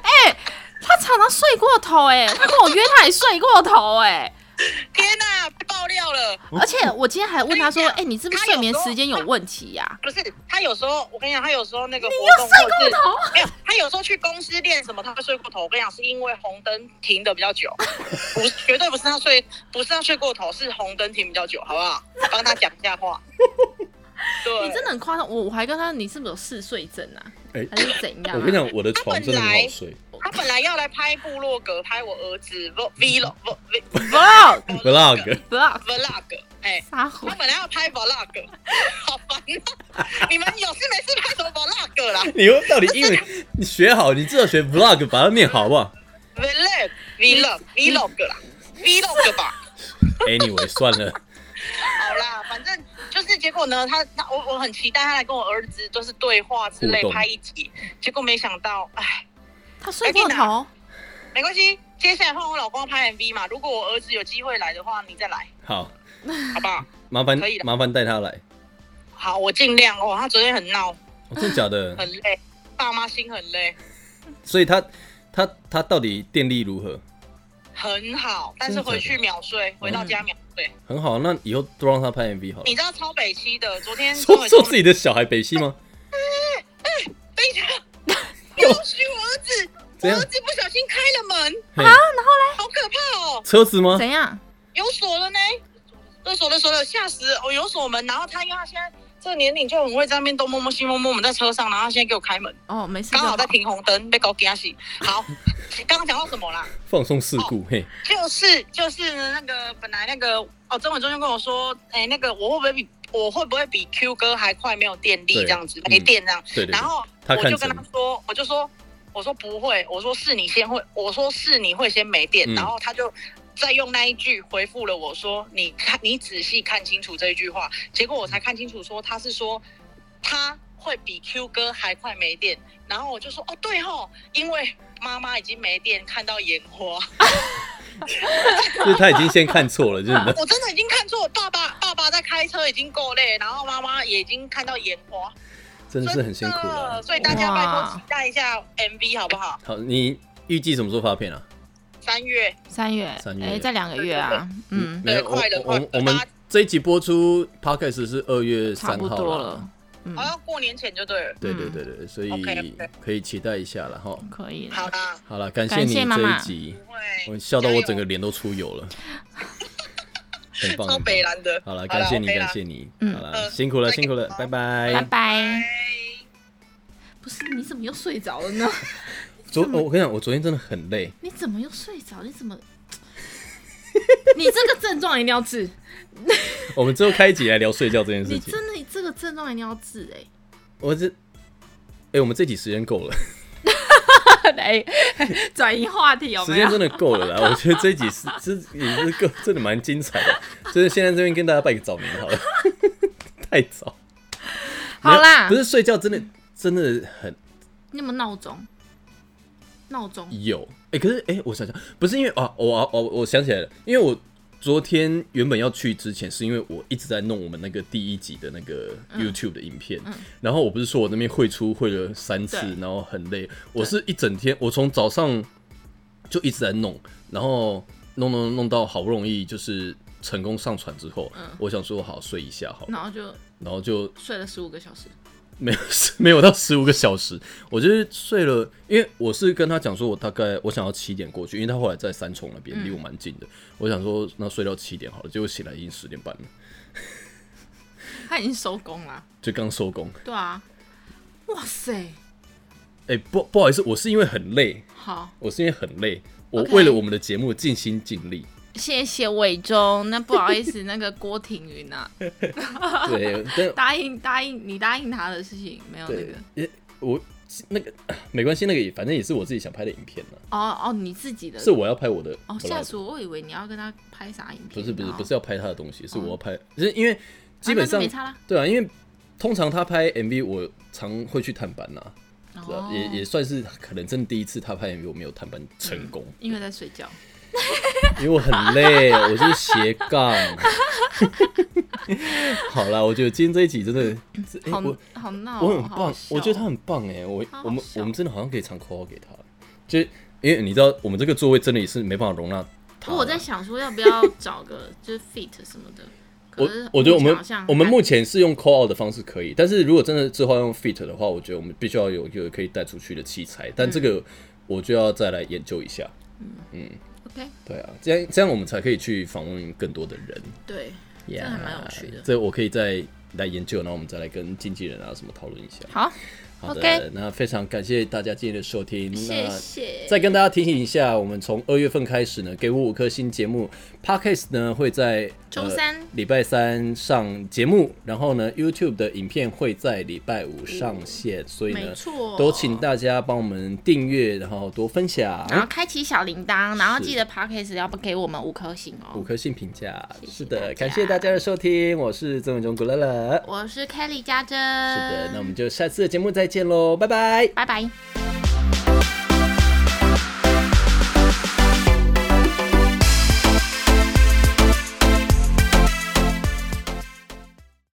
[SPEAKER 1] 哎，他常常睡过头，哎，他跟我约他也睡过头，哎，
[SPEAKER 3] 天哪、爆料了！
[SPEAKER 2] 哦
[SPEAKER 1] 而且我今天还问他说，哎，你是不是
[SPEAKER 3] 他有
[SPEAKER 1] 睡眠
[SPEAKER 3] 时候
[SPEAKER 1] 时间有问题呀？
[SPEAKER 3] 不是他有时候，我跟你讲，他有时候那个活动或者是没有，他有时候去公司练什么，他会睡过头。我跟你讲，是因为红灯停的比较 *laughs* 久，不是绝对不是他睡，不是他睡过头，是红灯停比较久，好不好？帮他讲一下 *laughs* 话。对，
[SPEAKER 1] 你真的很夸张，我我还跟他，你是不是有嗜睡症啊？
[SPEAKER 2] 哎
[SPEAKER 1] 还是怎样啊？
[SPEAKER 2] 我跟你讲，我的床真的很
[SPEAKER 3] 他本
[SPEAKER 2] 好
[SPEAKER 3] 来
[SPEAKER 2] 睡。
[SPEAKER 3] 他本来要来拍部落格，拍我儿子 vlog vlog vlog
[SPEAKER 1] ，vlog
[SPEAKER 2] vlog
[SPEAKER 1] vlog
[SPEAKER 3] vlog，哎、
[SPEAKER 1] 撒谎
[SPEAKER 3] 他。本来要拍 vlog，好烦啊！你们有事没事拍什么 vlog 啦
[SPEAKER 2] 你又到底英文你学好，你至少学 vlog，把它念好不好
[SPEAKER 3] ？vlog vlog vlog 啦，vlog 吧。
[SPEAKER 2] ？Anyway，算了，
[SPEAKER 3] 好啦，反正就是结果呢，他他我我很期待他来跟我儿子就是对话之类
[SPEAKER 2] 互动
[SPEAKER 3] 拍一集，结果没想到，唉，
[SPEAKER 1] 他睡过头，
[SPEAKER 3] 没关系，接下来换我老公拍 MV 嘛。如果我儿子有机会来的话，你再来，
[SPEAKER 2] 好，
[SPEAKER 3] 好不好？
[SPEAKER 2] 麻烦
[SPEAKER 3] 可以的
[SPEAKER 2] 麻烦带他来。
[SPEAKER 3] 好，我尽量哦。他昨天很闹，
[SPEAKER 2] 哦真的假的？
[SPEAKER 3] 很累，爸妈心很累，
[SPEAKER 2] 所以他他他到底电力如何？
[SPEAKER 3] 很好，但是回去秒睡，回到家秒睡。
[SPEAKER 2] 很好，啊那以后都让他拍 MV 好了
[SPEAKER 3] 你。知道超北七的，昨天
[SPEAKER 2] 说说自
[SPEAKER 3] 己
[SPEAKER 2] 己的小孩北西吗？
[SPEAKER 3] 非常， *laughs* 要许我儿子，我
[SPEAKER 2] *laughs* 怎样
[SPEAKER 3] 儿子不小心开了门，
[SPEAKER 2] 嘿
[SPEAKER 3] 好可怕哦。
[SPEAKER 2] 车子吗？
[SPEAKER 1] 怎样？
[SPEAKER 3] 有锁了呢，有锁了，锁了，吓死！哦，有锁门，然后他因为他现在这个年龄就很会在那边东摸摸西摸摸，我们在车上，然后他现在给我开门，
[SPEAKER 1] 哦，没事就
[SPEAKER 3] 刚
[SPEAKER 1] 好
[SPEAKER 3] 好在停红灯，被狗给他洗。好，刚刚讲到什么啦？
[SPEAKER 2] 放松事
[SPEAKER 3] 哦
[SPEAKER 2] 故，嘿，
[SPEAKER 3] 就是就是那个本来那个哦，曾伟忠就跟我说，哎、那个我会不会比我会不会比 Q 哥还快没有电力
[SPEAKER 2] 对
[SPEAKER 3] 这样子
[SPEAKER 2] 嗯
[SPEAKER 3] 没电这样，
[SPEAKER 2] 对对对
[SPEAKER 3] 然后
[SPEAKER 2] 他
[SPEAKER 3] 我
[SPEAKER 2] 看
[SPEAKER 3] 就跟
[SPEAKER 2] 成
[SPEAKER 3] 他说，我就说我说不会，我说是你先会，我说是你会先没电，
[SPEAKER 2] 嗯
[SPEAKER 3] 然后他就。再用那一句回复了我说：“你看，你仔细看清楚这一句话。”结果我才看清楚，说他是说他会比 Q 哥还快没电。然后我就说：“哦，对吼，因为妈妈已经没电，看到眼花。”
[SPEAKER 2] 就是他已经先看错了，真
[SPEAKER 3] *laughs*
[SPEAKER 2] 的。
[SPEAKER 3] 我真的已经看错，爸爸爸爸在开车已经够累，然后妈妈也已经看到眼花，
[SPEAKER 2] 真的是很辛苦了
[SPEAKER 3] 了。。所以大家拜
[SPEAKER 1] 哇
[SPEAKER 3] 托期待一下 MV 好不好？
[SPEAKER 2] 好，你预计什么时候发片啊？
[SPEAKER 3] 三月
[SPEAKER 1] 三月，
[SPEAKER 2] 三月
[SPEAKER 1] 哎，在两个月啊，嗯，
[SPEAKER 2] 没有，
[SPEAKER 3] 对
[SPEAKER 2] 我
[SPEAKER 3] 快了
[SPEAKER 2] 我
[SPEAKER 3] 快
[SPEAKER 2] 我
[SPEAKER 3] 了
[SPEAKER 2] 我们
[SPEAKER 3] 大家
[SPEAKER 2] 这一集播出 podcast 是二月
[SPEAKER 1] 差
[SPEAKER 2] 三
[SPEAKER 1] 不
[SPEAKER 2] 号
[SPEAKER 1] 多
[SPEAKER 2] 啦。
[SPEAKER 1] 了，嗯
[SPEAKER 3] 好，像过年前就对了。
[SPEAKER 2] 对
[SPEAKER 1] 嗯
[SPEAKER 2] 对对对，所以
[SPEAKER 3] OK，OK
[SPEAKER 2] 可以期待一下了哈。
[SPEAKER 1] 可以
[SPEAKER 3] 好
[SPEAKER 1] 了。
[SPEAKER 3] 啦，
[SPEAKER 2] 好了，感
[SPEAKER 1] 感
[SPEAKER 2] 你
[SPEAKER 1] 谢妈
[SPEAKER 2] 这一
[SPEAKER 1] 妈
[SPEAKER 2] 集，
[SPEAKER 3] 不会
[SPEAKER 2] 我笑到我整个
[SPEAKER 3] 加
[SPEAKER 2] 脸都出油了，很棒。很
[SPEAKER 3] 油超
[SPEAKER 2] 棒
[SPEAKER 3] 北蓝的。
[SPEAKER 2] 好了，感谢你，
[SPEAKER 3] OK 啦
[SPEAKER 2] 感谢你，
[SPEAKER 1] 嗯
[SPEAKER 2] 好了，
[SPEAKER 3] 呃
[SPEAKER 2] 辛苦了，
[SPEAKER 3] 再见
[SPEAKER 2] 辛苦了，拜
[SPEAKER 1] 拜
[SPEAKER 2] 拜。
[SPEAKER 1] 拜。
[SPEAKER 3] 拜
[SPEAKER 1] 不是，你怎么又睡着了呢？
[SPEAKER 2] 昨我我跟你讲，我昨天真的很累，
[SPEAKER 1] 你 *laughs* 怎么又睡着？你怎么？你这个症状一定要治，
[SPEAKER 2] 我们之后开一集来聊睡觉这件事
[SPEAKER 1] 你
[SPEAKER 2] 情。
[SPEAKER 1] 真的这个症状一定要治哎、
[SPEAKER 2] 我这，哎、我们这集时间够了，
[SPEAKER 1] 来 *laughs* 转移话题有哦
[SPEAKER 2] 时
[SPEAKER 1] 没
[SPEAKER 2] 间
[SPEAKER 1] 有？
[SPEAKER 2] 真的够了啦，我觉得这一集是这也是够，真的蛮精彩的。就是现在这边跟大家拜个早年好了， *laughs* 太早。
[SPEAKER 1] 好啦
[SPEAKER 2] 不，是睡觉真的真的很
[SPEAKER 1] 那么闹钟，闹钟
[SPEAKER 2] 有哎、可是哎、我想想，不是因为啊，我啊我我想起来了，因为我昨天原本要去之前，是因为我一直在弄我们那个第一集的那个 YouTube 的影片，然后我不是说我那边会出会了三次
[SPEAKER 1] 对，
[SPEAKER 2] 然后很累，我是一整天，我从早上就一直在弄，然后弄弄弄到好不容易就是成功上传之后，我想说好睡一下好了，
[SPEAKER 1] 然后就
[SPEAKER 2] 然后就
[SPEAKER 1] 睡了十五个小时。
[SPEAKER 2] 没有 *laughs* 没有到十五个小时，我就是睡了，因为我是跟他讲说，我大概我想要七点过去，因为他后来在三重那边，
[SPEAKER 1] 嗯
[SPEAKER 2] 离我蛮近的，我想说那睡到七点好了，结果醒来已经十点半了，
[SPEAKER 1] 他已经收工了。
[SPEAKER 2] 就刚收工。
[SPEAKER 1] 对啊，哇塞，
[SPEAKER 2] 哎、不不好意思，我是因为很累，
[SPEAKER 1] 好，
[SPEAKER 2] 我是因为很累，我
[SPEAKER 1] OK
[SPEAKER 2] 为了我们的节目尽心
[SPEAKER 1] *laughs*
[SPEAKER 2] 尽力。
[SPEAKER 1] 谢谢伟忠。那不好意思，那个郭庭云啊，
[SPEAKER 2] 对，但
[SPEAKER 1] 答应答应你答应他的事情没有那
[SPEAKER 2] 对
[SPEAKER 1] 个。，
[SPEAKER 2] 也我那个 *coughs* 没关系，那个也反正也是我自己想拍的影片呢、
[SPEAKER 1] 哦哦，你自己的
[SPEAKER 2] 是我要拍我的
[SPEAKER 1] 哦，
[SPEAKER 2] vlog
[SPEAKER 1] 吓死我！我以为你要跟他拍啥影
[SPEAKER 2] 不
[SPEAKER 1] 片。
[SPEAKER 2] 是不是
[SPEAKER 1] 然后
[SPEAKER 2] 不是要拍他的东西，是我要拍，就是因为基
[SPEAKER 1] 嗯
[SPEAKER 2] 本
[SPEAKER 1] 啊那就
[SPEAKER 2] 上、
[SPEAKER 1] 没差啦
[SPEAKER 2] 对啊，因为通常他拍 MV 我常会去探班呐、对啊
[SPEAKER 1] 哦，
[SPEAKER 2] 也也算是可能真的第一次他拍 MV 我没有探班成功，
[SPEAKER 1] 因为在睡觉。
[SPEAKER 2] 因为我很累，我是斜杠。 *laughs* 好啦，我觉得今天这一集真的，这诶
[SPEAKER 1] 好
[SPEAKER 2] 我
[SPEAKER 1] 好闹哦，
[SPEAKER 2] 我很
[SPEAKER 1] 好
[SPEAKER 2] 棒，
[SPEAKER 1] 笑
[SPEAKER 2] 我觉得他很棒哎，我
[SPEAKER 1] 好好
[SPEAKER 2] 我们
[SPEAKER 1] 笑
[SPEAKER 2] 我们真的好像可以常 call 给他，就因为你知道我们这个座位真的也是没办法容纳他
[SPEAKER 1] 不
[SPEAKER 2] 啦。
[SPEAKER 1] 过我在想说要不要找个就是 fit 什么的。可
[SPEAKER 2] 我
[SPEAKER 1] 是
[SPEAKER 2] 我觉得我
[SPEAKER 1] 目前
[SPEAKER 2] 们
[SPEAKER 1] 好像
[SPEAKER 2] 我们
[SPEAKER 1] 还
[SPEAKER 2] 目前是用 call out 的方式可以，但是如果真的之后要用 fit 的话，我觉得我们必须要有一个可以带出去的器材，但这
[SPEAKER 1] 嗯
[SPEAKER 2] 个我就要再来研究一下。
[SPEAKER 1] OK
[SPEAKER 2] 对啊，这样这样我们才可以去访问更多的人。
[SPEAKER 1] 对，
[SPEAKER 2] Yeah，
[SPEAKER 1] 还蛮有趣的
[SPEAKER 2] 这我可以再来研究，然后我们再来跟经纪人啊什么讨论一下。
[SPEAKER 1] 好，
[SPEAKER 2] 好的
[SPEAKER 1] OK
[SPEAKER 2] 那非常感谢大家今天的收听。
[SPEAKER 1] 谢
[SPEAKER 2] 那
[SPEAKER 1] 谢。
[SPEAKER 2] 再跟大家提醒一下，我们从二月份开始呢，给我五颗星节目 Podcast 呢会在
[SPEAKER 1] 周
[SPEAKER 2] 呃
[SPEAKER 1] 三
[SPEAKER 2] 礼拜三上节目，然后呢 YouTube 的影片会在礼拜五上线，所以呢
[SPEAKER 1] 没错，
[SPEAKER 2] 都请大家帮我们订阅，然后多分享
[SPEAKER 1] 然后开启小铃铛，然后记
[SPEAKER 2] 是
[SPEAKER 1] 得 Podcast 要不给我们五颗星
[SPEAKER 2] 五
[SPEAKER 1] 哦。
[SPEAKER 2] 颗星评价。
[SPEAKER 1] 谢谢
[SPEAKER 2] 是
[SPEAKER 1] 大
[SPEAKER 2] 的，
[SPEAKER 1] 家
[SPEAKER 2] 感谢大家的收听，我是曾文忠古乐乐。
[SPEAKER 1] 我是 Kelly 家珍，
[SPEAKER 2] 是的，那我们就下次的节目再见喽，拜拜。
[SPEAKER 1] 拜拜。